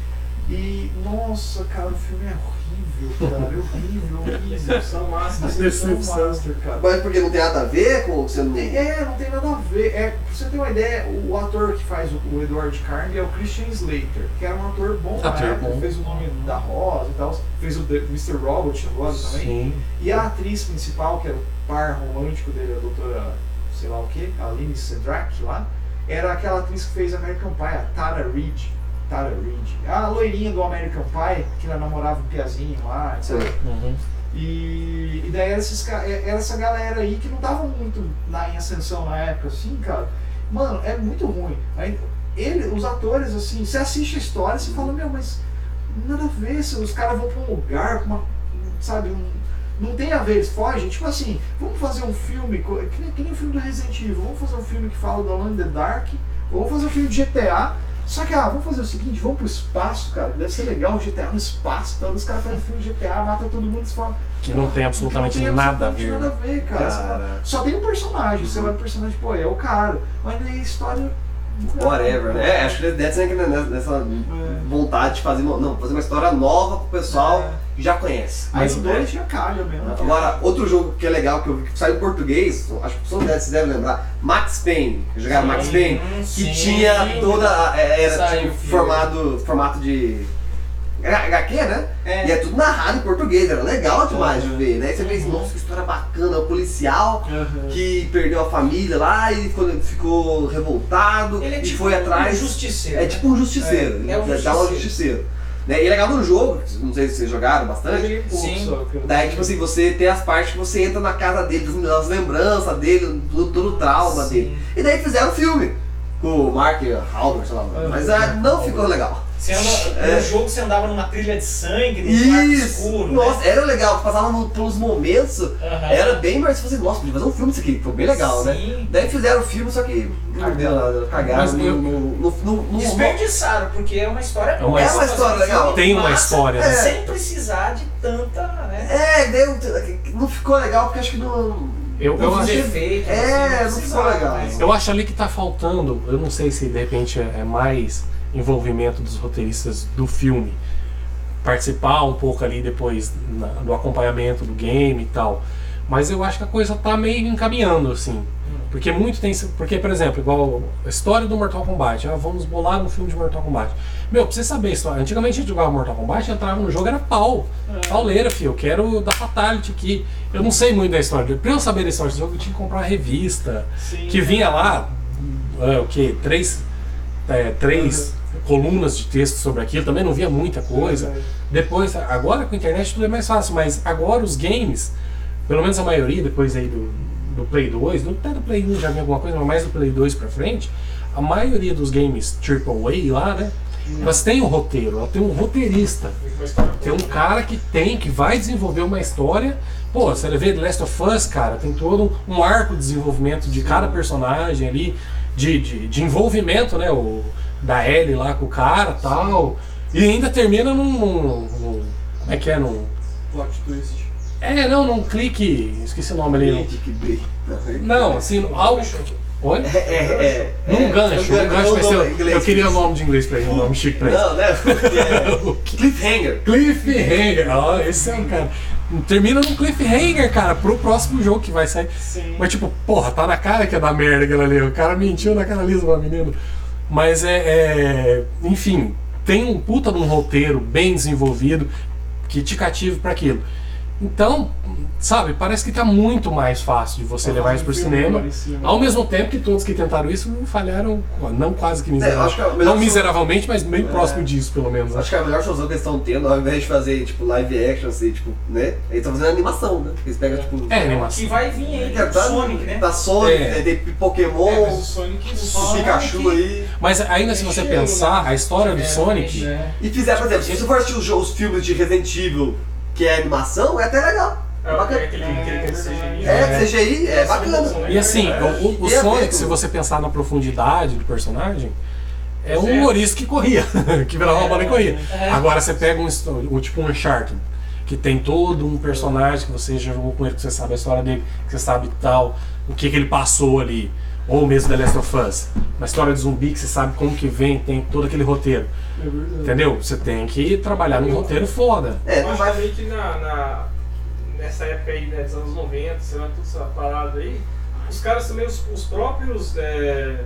Speaker 2: E, nossa, cara, o filme é horrível, cara, é horrível, horrível, são masters,
Speaker 4: Decepção.
Speaker 2: são master, cara.
Speaker 1: Mas porque não tem nada a ver com o que você não.
Speaker 2: É, não tem nada a ver. É, pra você ter uma ideia, o ator que faz o, o Edward Carne é o Christian Slater, que era um ator bom na
Speaker 4: Ator
Speaker 2: época,
Speaker 4: bom.
Speaker 2: fez o nome da Rosa e tal, fez o The- Mr. Robot agora também.
Speaker 4: Sim.
Speaker 2: E a atriz principal, que era o par romântico dele, a doutora, sei lá o que, a Aline Sedrak lá, era aquela atriz que fez American Pie, a Tara Reid. Tara Reid. A loirinha do American Pie, que ela namorava o Piazinho lá, etc.
Speaker 4: Uhum.
Speaker 2: E, e daí era, esses, ca- é- era essa galera aí que não tava muito na, em ascensão na época, assim, cara. Mano, é muito ruim. Aí, ele, os atores, assim, você assiste a história e você fala, meu, mas nada a ver, se os caras vão pra um lugar, pra uma, sabe, um- não tem a ver, eles fogem. Tipo assim, vamos fazer um filme, co- que nem, que nem o filme do Resident Evil, vamos fazer um filme que fala do Alan in the Dark, ou vamos fazer um filme de GTA. Só que, ah, vamos fazer o seguinte, vamos pro espaço, cara, deve ser legal o GTA no espaço, então os caras fazem um filme de GTA, matam todo mundo e falam, "Ah,
Speaker 4: Que não tem absolutamente
Speaker 2: não tem
Speaker 4: nada a
Speaker 2: absolutamente
Speaker 4: ver.
Speaker 2: nada a ver, cara.
Speaker 4: Cara.
Speaker 2: Só tem um personagem, você vai pro personagem, pô, é o cara, mas daí a história...
Speaker 1: Whatever, né? É, acho que deve ser que nessa, nessa
Speaker 3: É.
Speaker 1: vontade de fazer, uma- não, fazer uma história nova pro pessoal
Speaker 3: É.
Speaker 1: que já conhece.
Speaker 2: Aí
Speaker 4: Mas-
Speaker 2: o dois já calha mesmo.
Speaker 1: Agora, outro jogo que é legal, que eu vi que saiu em português, acho que vocês devem- vocês devem lembrar, Max Payne. Jogaram Max Payne?
Speaker 3: Hum,
Speaker 1: Que
Speaker 3: sim.
Speaker 1: tinha toda. a- é, Era
Speaker 3: Saiu
Speaker 1: tinha um
Speaker 3: filme.
Speaker 1: formado, formato de. HQ, né?
Speaker 3: É.
Speaker 1: E é tudo narrado em português, era legal demais de
Speaker 3: Uhum.
Speaker 1: ver, né? E você fez, nossa, que história bacana, o policial
Speaker 3: Aham.
Speaker 1: que perdeu a família lá e ficou, ficou revoltado
Speaker 3: Ele é
Speaker 1: e
Speaker 3: tipo
Speaker 1: foi atrás.
Speaker 3: um justiceiro.
Speaker 1: É tipo um justiceiro,
Speaker 3: É, é um
Speaker 1: ele dá uma
Speaker 3: justiceiro.
Speaker 1: justiceiro. Né? E é legal no jogo, não sei se vocês jogaram bastante.
Speaker 2: é tipo um
Speaker 3: Sim.
Speaker 1: Daí, tipo assim, você tem as partes que você entra na casa dele, as lembranças dele, todo, todo o trauma
Speaker 3: Sim.
Speaker 1: dele. E daí fizeram o filme com o Mark Halber, sei lá. Mas ah, não ficou legal.
Speaker 3: Você anda, No jogo você andava numa trilha de sangue, num um quarto
Speaker 1: É. Isso!
Speaker 3: escuro.
Speaker 1: Nossa, era legal, passava no- pelos momentos,
Speaker 3: né? Aham.
Speaker 1: era bem mais. Tipo assim, nossa, podia fazer um filme disso aqui, foi bem legal, né?
Speaker 3: Sim.
Speaker 1: Daí fizeram o filme, só que. Não deu nada,
Speaker 4: Mas
Speaker 1: cagaram.
Speaker 4: eu-
Speaker 1: No, no, no, no- no-
Speaker 3: Desperdiçaram, porque é uma história
Speaker 4: É uma
Speaker 3: boa,
Speaker 1: Uhum. história
Speaker 3: fazer um filme
Speaker 1: legal.
Speaker 4: Tem uma
Speaker 3: massa,
Speaker 4: história, né?
Speaker 3: Sem precisar de tanta, né?
Speaker 1: É, deu, não ficou legal porque acho que não.
Speaker 4: Eu, eu,
Speaker 3: Tantos
Speaker 4: acho,
Speaker 3: efeitos,
Speaker 1: É,
Speaker 3: assim,
Speaker 1: não ficou
Speaker 3: precisava,
Speaker 1: legal.
Speaker 3: mas-
Speaker 4: eu acho ali que tá faltando, eu não sei se de repente é é mais envolvimento dos roteiristas do filme. Participar um pouco ali depois na- do acompanhamento do game e tal. Mas eu acho que a coisa tá meio encaminhando, assim. Porque muito tem. Porque, por exemplo, igual a história do Mortal Kombat. Ah, vamos bolar um filme de Mortal Kombat. Meu, pra você saber a história. Antigamente a gente jogava Mortal Kombat, entrava no jogo, era pau. Pauleira, filho. Eu quero dar fatality aqui. Eu não sei muito da história. Pra eu saber da história desse jogo, eu tinha que comprar uma revista.
Speaker 3: Sim.
Speaker 4: que vinha lá, ah, o quê? Três, é, três colunas de texto sobre aquilo. Também não via muita coisa. Depois, agora com a internet tudo é mais fácil, mas agora os games, pelo menos a maioria, depois aí do, do Play 2, do, até do Play 1 já vinha alguma coisa, mas mais do Play 2 pra frente, a maioria dos games AAA lá, né? Elas têm um roteiro, ela tem um roteirista.
Speaker 5: tá,
Speaker 4: Tem um cara que tem, que vai desenvolver uma história. Pô, você vê The Last of Us, cara, tem todo um, um arco de desenvolvimento de cada personagem ali, de, de, de envolvimento, né? O, da Ellie lá com o cara e tal. E ainda termina num, num- num- Como é que é? Num.
Speaker 5: Plot twist.
Speaker 4: É, não, num clique. Esqueci o nome ali.
Speaker 1: tá
Speaker 4: Não, assim, algo. Oi?
Speaker 1: É, é, é.
Speaker 4: Num gancho, num gancho vai
Speaker 1: não, não,
Speaker 4: ser.
Speaker 1: inglês,
Speaker 4: Eu queria o nome de inglês pra ele, um nome chique pra ele.
Speaker 1: Não, né? Cliffhanger.
Speaker 4: Cliffhanger, ó, esse é um cara. Termina num cliffhanger, cara, pro próximo jogo que vai sair.
Speaker 3: Sim.
Speaker 4: Mas tipo, porra, tá na cara que é da merda aquela ali. O cara mentiu naquela lisa pra menino. Mas é, é- Enfim, tem um puta de um roteiro bem desenvolvido que te cativa pra aquilo. Então, sabe, parece que tá muito mais fácil de você levar isso pro cinema. Ao mesmo tempo que todos que tentaram isso falharam, não quase que
Speaker 1: É, eu acho que é o
Speaker 4: miseravelmente.
Speaker 1: melhor
Speaker 4: não
Speaker 1: solu-
Speaker 4: miseravelmente, mas bem próximo disso, pelo menos. né?
Speaker 1: Acho que é a melhor solução que eles estão tendo, ao invés de fazer, tipo, live action, assim, tipo, né? Eles estão fazendo animação, né? Eles pegam, tipo...
Speaker 4: É, animação.
Speaker 3: Que vai vir aí,
Speaker 1: é,
Speaker 3: do Sonic, né?
Speaker 1: Da Sonic,
Speaker 4: É.
Speaker 1: né? Tem Pokémon,
Speaker 5: É, mas o Sonic.
Speaker 1: o Pikachu aí.
Speaker 4: Mas ainda se você pensar, a história do
Speaker 5: é
Speaker 4: Sonic.
Speaker 1: E fizeram, por exemplo, se você for assistir os, jo- os filmes de Resident Evil, que é animação, é até legal.
Speaker 5: É,
Speaker 1: É bacana.
Speaker 5: é aquele aquele que CGI.
Speaker 1: É, CGI, é bacana.
Speaker 4: E assim, o, o- o
Speaker 5: é
Speaker 1: E a
Speaker 4: Sonic,
Speaker 1: Venom?
Speaker 4: se você pensar na profundidade do personagem, é um humorista que corria, que virava uma bola e corria.
Speaker 5: É.
Speaker 4: Agora você pega um, histó- um tipo um Shark, que tem todo um personagem que você já jogou com ele, que você sabe a história dele, que você sabe tal, o que, que ele passou ali. Ou mesmo The Last of Us, uma história de zumbi que você sabe como que vem, tem todo aquele roteiro.
Speaker 5: É
Speaker 4: Entendeu? Você tem que trabalhar num roteiro foda.
Speaker 1: É,
Speaker 5: Eu
Speaker 1: não
Speaker 5: acho
Speaker 1: vai...
Speaker 5: também que na, na- nessa época aí, né, dos anos 90, sei lá, toda essa parada aí, os caras também, os, os próprios é,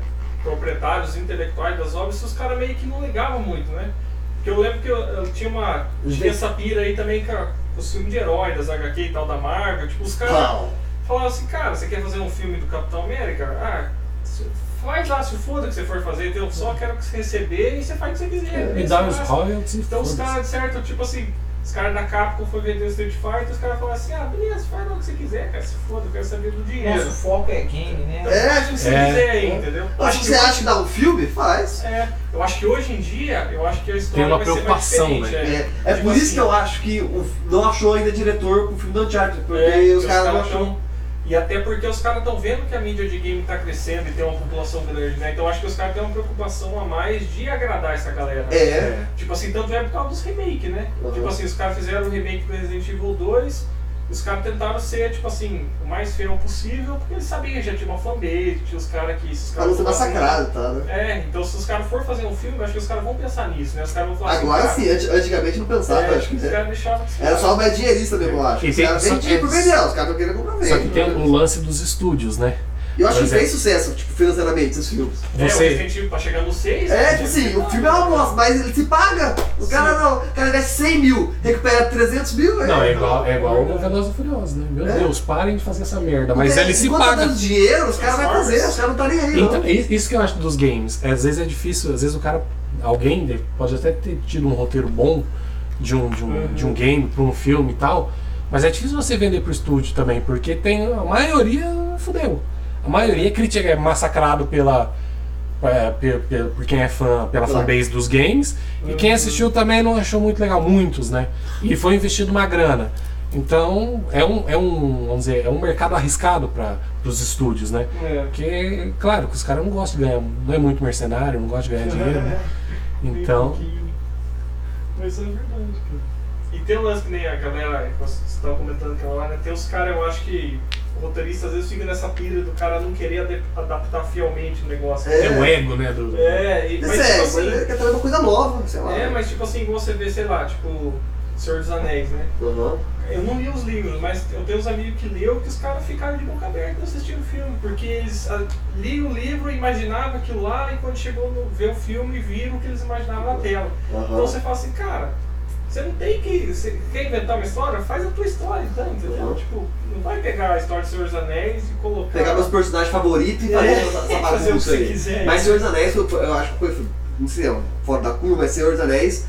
Speaker 5: proprietários intelectuais das obras, os caras meio que não ligavam muito, né? Porque eu lembro que eu, eu tinha uma. Tinha essa pira aí também com a- com os filmes de herói, das HQ e tal, da Marvel, tipo, os caras
Speaker 1: Não.
Speaker 5: falavam assim, cara, você quer fazer um filme do Capitão América? Ah, se- faz lá, se foda que você for fazer, então É, eu só quero que você receber e você faz o que você quiser.
Speaker 4: Me
Speaker 5: Esse
Speaker 4: dá um os
Speaker 5: massa.
Speaker 4: royalties.
Speaker 5: Então os
Speaker 4: foda-se.
Speaker 5: caras, certo, tipo assim, Os caras da Capcom foi vender o Street Fighter, os caras falaram assim, ah, beleza, faz o que você quiser, cara, se foda, eu quero saber do dinheiro.
Speaker 3: Nosso foco é game, né?
Speaker 1: tá É,
Speaker 5: Faz o que você
Speaker 4: É.
Speaker 5: quiser aí, entendeu?
Speaker 1: Mas se você acha que dá um filme, faz.
Speaker 5: É, eu acho que hoje em dia, eu acho que a história
Speaker 4: uma
Speaker 5: vai ser mais
Speaker 4: preocupação,
Speaker 5: diferente.
Speaker 4: né?
Speaker 5: é.
Speaker 1: É, é
Speaker 5: Tipo
Speaker 1: por
Speaker 5: assim,
Speaker 1: isso que eu acho que o, não achou ainda diretor pro filme do Uncharted, porque
Speaker 5: É,
Speaker 1: os caras não
Speaker 5: tão-
Speaker 1: acham.
Speaker 5: E até porque os caras estão vendo que a mídia de game tá crescendo e tem uma população grande, né? Então eu acho que os caras têm uma preocupação a mais de agradar essa galera.
Speaker 1: É,
Speaker 5: Tipo assim, tanto é por causa dos remake, né?
Speaker 1: Uhum.
Speaker 5: Tipo assim, os caras fizeram o remake do Resident Evil 2, os caras tentaram ser, tipo assim, o mais fiel possível, porque eles sabiam que já tinha uma fanbase, tinha os caras que... se os
Speaker 1: pra
Speaker 5: caras
Speaker 1: não ser
Speaker 5: for fazer-
Speaker 1: massacrado, tá? Né?
Speaker 5: É, então se os caras for fazer um filme, eu acho que os caras vão pensar nisso, né? Os caras vão falar
Speaker 1: Agora
Speaker 5: assim,
Speaker 1: sim, anti- antigamente não pensava,
Speaker 5: cara, é,
Speaker 1: acho que
Speaker 5: os
Speaker 1: né?
Speaker 5: caras deixavam...
Speaker 1: Era só mais dinheirista mesmo, eu acho.
Speaker 4: E
Speaker 1: Os
Speaker 4: tem-
Speaker 1: caras
Speaker 4: só-
Speaker 1: vendiam
Speaker 4: é-
Speaker 1: por vender, os caras não queriam comprar
Speaker 4: Só que tem
Speaker 1: venda. né?
Speaker 4: o lance dos estúdios, né?
Speaker 1: Eu acho que
Speaker 4: Mas é.
Speaker 1: fez sucesso, tipo, financeiramente, esses filmes.
Speaker 5: É, o
Speaker 4: Você,
Speaker 5: Resident Evil tá chegando no 6...
Speaker 1: É, tipo assim, o filme é uma bosta, mas ele se paga. O cara não, o cara investe 100 mil, recupera 300 mil.
Speaker 4: Não, é igual, é igual o Veloz e Furioso, né? Meu
Speaker 1: É.
Speaker 4: Deus, parem de fazer essa merda. Mas
Speaker 1: Porque
Speaker 4: ele se
Speaker 1: enquanto tá
Speaker 4: paga.
Speaker 1: dando dinheiro, os caras vão fazer, os caras não tá nem aí,
Speaker 4: Então,
Speaker 1: não.
Speaker 4: i- isso que eu acho dos games. Às vezes é difícil, às vezes o cara, alguém né, pode até ter tido um roteiro bom de um, de um, de um game para um filme e tal, mas é difícil você vender pro estúdio também, porque tem a maioria fudeu. A maioria crítica é massacrado pela é, pe- pe- por quem é fã, pela fanbase dos games, e quem assistiu também não achou muito legal, muitos, né? E foi investido uma grana. Então, é um, é um, vamos dizer, é um mercado arriscado para os estúdios, né?
Speaker 5: É.
Speaker 4: Porque, claro, que os caras não gostam de ganhar, não é muito mercenário, não gosta de ganhar dinheiro. né? Então,
Speaker 5: Mas é verdade, cara. E tem um lance que nem a galera que vocês estavam comentando aquela hora, né? Tem os caras, eu acho que o roteirista às vezes fica nessa pilha do cara não querer ade- adaptar fielmente o negócio.
Speaker 1: É.
Speaker 4: é o ego, né? Do...
Speaker 5: É, e, mas
Speaker 1: Isso é,
Speaker 5: tipo
Speaker 1: mas ele
Speaker 5: assim.
Speaker 1: quer trazer uma coisa nova, sei lá.
Speaker 5: É, mas tipo assim, igual você vê, sei lá, tipo, Senhor dos Anéis, né?
Speaker 1: Uhum.
Speaker 5: Eu não li os livros, mas eu tenho uns amigos que leu que os caras ficaram de boca aberta assistindo o filme, porque eles ah, liam o livro, imaginavam aquilo lá, e quando chegou no ver o filme, viram o que eles imaginavam na tela. Então
Speaker 1: Aham.
Speaker 5: você fala assim, cara, você não tem que. Você quer inventar uma história? Faz a tua história então, entendeu?
Speaker 1: Uhum.
Speaker 5: Tipo, não vai pegar a história do Senhor dos Anéis e colocar.
Speaker 1: Pegar meus personagens favoritos e fazer essa essa
Speaker 5: fazer o que
Speaker 1: bagunça
Speaker 5: você
Speaker 1: aí.
Speaker 5: quiser.
Speaker 1: Mas Senhor dos Anéis, eu, eu acho que foi, não sei, ó, fora da curva, mas Senhor dos Anéis,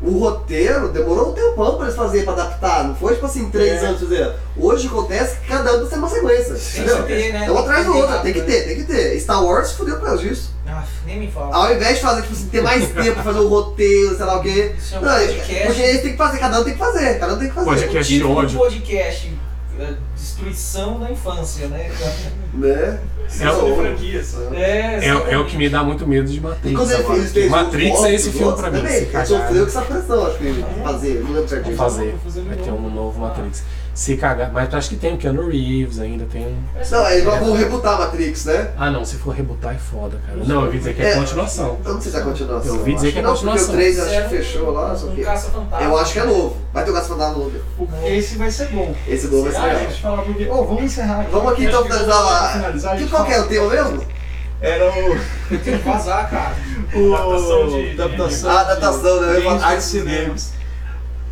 Speaker 1: o roteiro demorou um tempão pra eles fazerem, pra adaptar, não foi tipo assim, três
Speaker 5: É.
Speaker 1: anos fazer. Hoje acontece que cada ano tem uma sequência,
Speaker 3: Tem
Speaker 1: entendeu?
Speaker 3: que ter, né?
Speaker 1: É uma atrás do
Speaker 3: Tem que
Speaker 1: outra, tem que
Speaker 3: ter.
Speaker 1: ter, tem que ter. Star Wars fudeu por causa disso.
Speaker 3: Ah, nem me fala.
Speaker 1: Ao invés de fazer, tipo assim, ter mais tempo pra fazer o roteiro, sei lá o quê.
Speaker 3: Isso é um
Speaker 1: Não, é-
Speaker 3: podcast.
Speaker 1: porque eles têm que fazer, cada um tem que fazer, cada um tem que fazer.
Speaker 4: Podcast.
Speaker 3: o
Speaker 4: podcast é de
Speaker 3: título do
Speaker 4: ódio.
Speaker 1: tipo,
Speaker 3: podcast, é, Destruição da Infância, né?
Speaker 1: Né?
Speaker 5: São
Speaker 1: Não.
Speaker 5: franquias.
Speaker 3: É,
Speaker 4: É, é o que me dá muito medo de
Speaker 1: E
Speaker 4: Matrix.
Speaker 1: assim, quando ele
Speaker 4: agora.
Speaker 1: fez, fez um
Speaker 4: Matrix é esse filme pra mim. se
Speaker 1: Também, ele
Speaker 4: cagar,
Speaker 1: sofreu com essa pressão, acho que ele fazer, não lembro
Speaker 4: Vamos
Speaker 1: certinho.
Speaker 4: fazer.
Speaker 3: Vou fazer de
Speaker 4: Vai ter
Speaker 3: novo.
Speaker 4: um novo Matrix. Se cagar. Mas acho que tem o Keanu Reeves ainda, tem um.
Speaker 1: Não, eles vão rebutar a Matrix, né?
Speaker 4: Ah não, se for rebutar é foda, cara. Não, eu ouvi dizer que é,
Speaker 1: É.
Speaker 4: continuação.
Speaker 1: Eu não sei se é a continuação.
Speaker 4: Eu ouvi dizer
Speaker 1: acho
Speaker 4: que é
Speaker 1: não,
Speaker 4: continuação.
Speaker 1: Porque o 3 acho que fechou lá, só
Speaker 3: um
Speaker 1: que...
Speaker 3: caça-fantasma.
Speaker 1: Eu acho que é novo. Vai ter o Gato Fantasma novo.
Speaker 2: Esse vai ser bom.
Speaker 1: Esse novo vai ser
Speaker 2: Ah,
Speaker 1: legal.
Speaker 2: deixa eu falar porque. Ô, vamos encerrar aqui.
Speaker 1: é. Vamos aqui então
Speaker 2: Acho que
Speaker 1: finalizar
Speaker 2: finalizar,
Speaker 1: lá.
Speaker 2: a
Speaker 1: Que
Speaker 2: gente
Speaker 1: qual que é
Speaker 2: fala-
Speaker 1: o tema mesmo?
Speaker 2: Era o.
Speaker 3: Eu tenho que vazar, cara.
Speaker 2: o
Speaker 5: Adaptação de- de-
Speaker 2: adaptação
Speaker 1: Ah, adaptação, né? Eu ia falar
Speaker 2: games
Speaker 1: arte
Speaker 2: pra
Speaker 1: e games.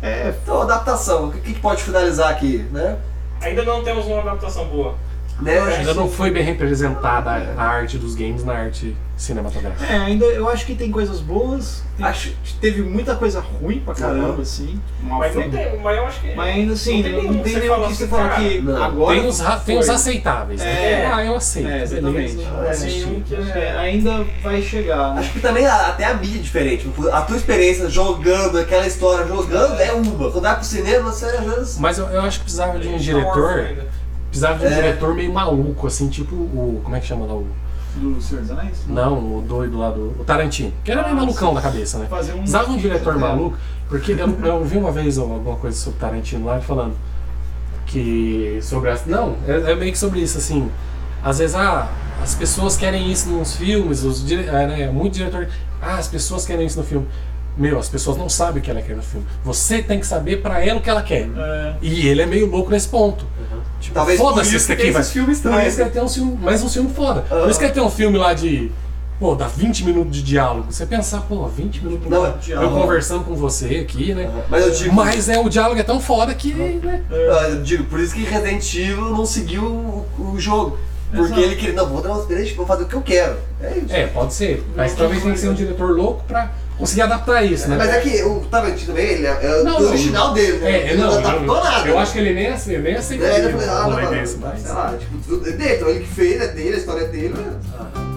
Speaker 1: É, então adaptação. O que, que pode finalizar aqui, né?
Speaker 5: Ainda não temos uma adaptação boa.
Speaker 1: né?
Speaker 4: Ainda não foi bem representada a arte dos games na arte cinematográfica.
Speaker 2: É, ainda eu acho que tem coisas boas. tem-
Speaker 1: Acho- Uhum.
Speaker 2: teve muita coisa ruim pra caramba, assim.
Speaker 5: Mas nem tem, mas eu acho que.
Speaker 2: Mas ainda assim,
Speaker 5: Não
Speaker 2: não
Speaker 5: tem
Speaker 2: tem,
Speaker 5: nenhum que você
Speaker 2: nenhum
Speaker 5: fala
Speaker 2: que você
Speaker 5: assim,
Speaker 2: fala
Speaker 5: cara,
Speaker 2: que
Speaker 1: não.
Speaker 2: agora.
Speaker 4: tem os, ra- tem os
Speaker 2: foi.
Speaker 4: aceitáveis, né?
Speaker 2: É.
Speaker 4: Ah, eu aceito.
Speaker 2: É, exatamente.
Speaker 4: beleza.
Speaker 2: É,
Speaker 5: Tem um que é-
Speaker 2: É, ainda vai chegar, né?
Speaker 1: Acho que também a- até a mídia é diferente. A tua experiência jogando aquela história, jogando é uma. Quando vai pro cinema, você às vezes.
Speaker 4: Mas eu, eu acho que precisava de um
Speaker 5: Star Wars
Speaker 4: diretor.
Speaker 5: ainda.
Speaker 4: Precisava de um
Speaker 1: É.
Speaker 4: diretor meio maluco, assim, tipo o. Como é que chama lá? O,
Speaker 2: Do Senhor dos Anéis?
Speaker 4: não, o doido lá do. O Tarantino. Que era meio malucão da cabeça, né?
Speaker 2: Ah, Fazer um.
Speaker 4: Precisava de um diretor
Speaker 2: É.
Speaker 4: maluco, porque eu, eu vi uma vez alguma coisa sobre Tarantino lá falando que sobre as. Não, é, é meio que sobre isso, assim. Às vezes, ah, as pessoas querem isso nos filmes, os dire, é, né, muito diretor. Ah, as pessoas querem isso no filme. Meu, as pessoas não sabem o que ela quer no filme. Você tem que saber pra ela o que ela quer.
Speaker 2: É.
Speaker 4: E ele é meio louco nesse ponto. Tipo,
Speaker 1: Uhum. Talvez por
Speaker 4: foda-se
Speaker 1: isso
Speaker 4: isso
Speaker 1: que
Speaker 4: daqui,
Speaker 1: tem
Speaker 4: vai.
Speaker 1: esses filmes né?
Speaker 4: Por isso
Speaker 1: estranhos.
Speaker 4: que ele tem um filme, mais um filme foda.
Speaker 1: Ah.
Speaker 4: Por isso que ele tem um filme lá de. Pô, dá 20 minutos de diálogo. Você pensar, pô, 20 minutos
Speaker 1: Não, é-
Speaker 4: eu conversando com você aqui, né?
Speaker 1: Mas eu digo.
Speaker 4: Mas é, o diálogo é tão foda que. Né?
Speaker 1: Ah, Eu digo, por isso que Resident Evil não seguiu o, o jogo. Porque
Speaker 2: Exato.
Speaker 1: ele queria, não, vou dar uma experiência, vou fazer o que eu quero. É isso.
Speaker 4: É, pode ser. Mas talvez tenha que ser um diretor louco pra conseguir adaptar isso, né?
Speaker 1: Mas é que o Tarantino também, ele é, é
Speaker 4: Não,
Speaker 1: do
Speaker 4: não.
Speaker 1: original dele, né?
Speaker 4: É,
Speaker 1: ele
Speaker 4: não,
Speaker 1: não adaptou
Speaker 4: eu,
Speaker 1: nada.
Speaker 4: eu acho que ele nem ace- ele nem aceitou
Speaker 1: É, ele falou, ah,
Speaker 4: o
Speaker 1: não,
Speaker 4: rolê
Speaker 1: mano,
Speaker 4: desse, mas-
Speaker 1: sei lá, tipo, tudo é dele, então ele que fez, é dele, a história é dele, né?
Speaker 4: Ah.
Speaker 1: então.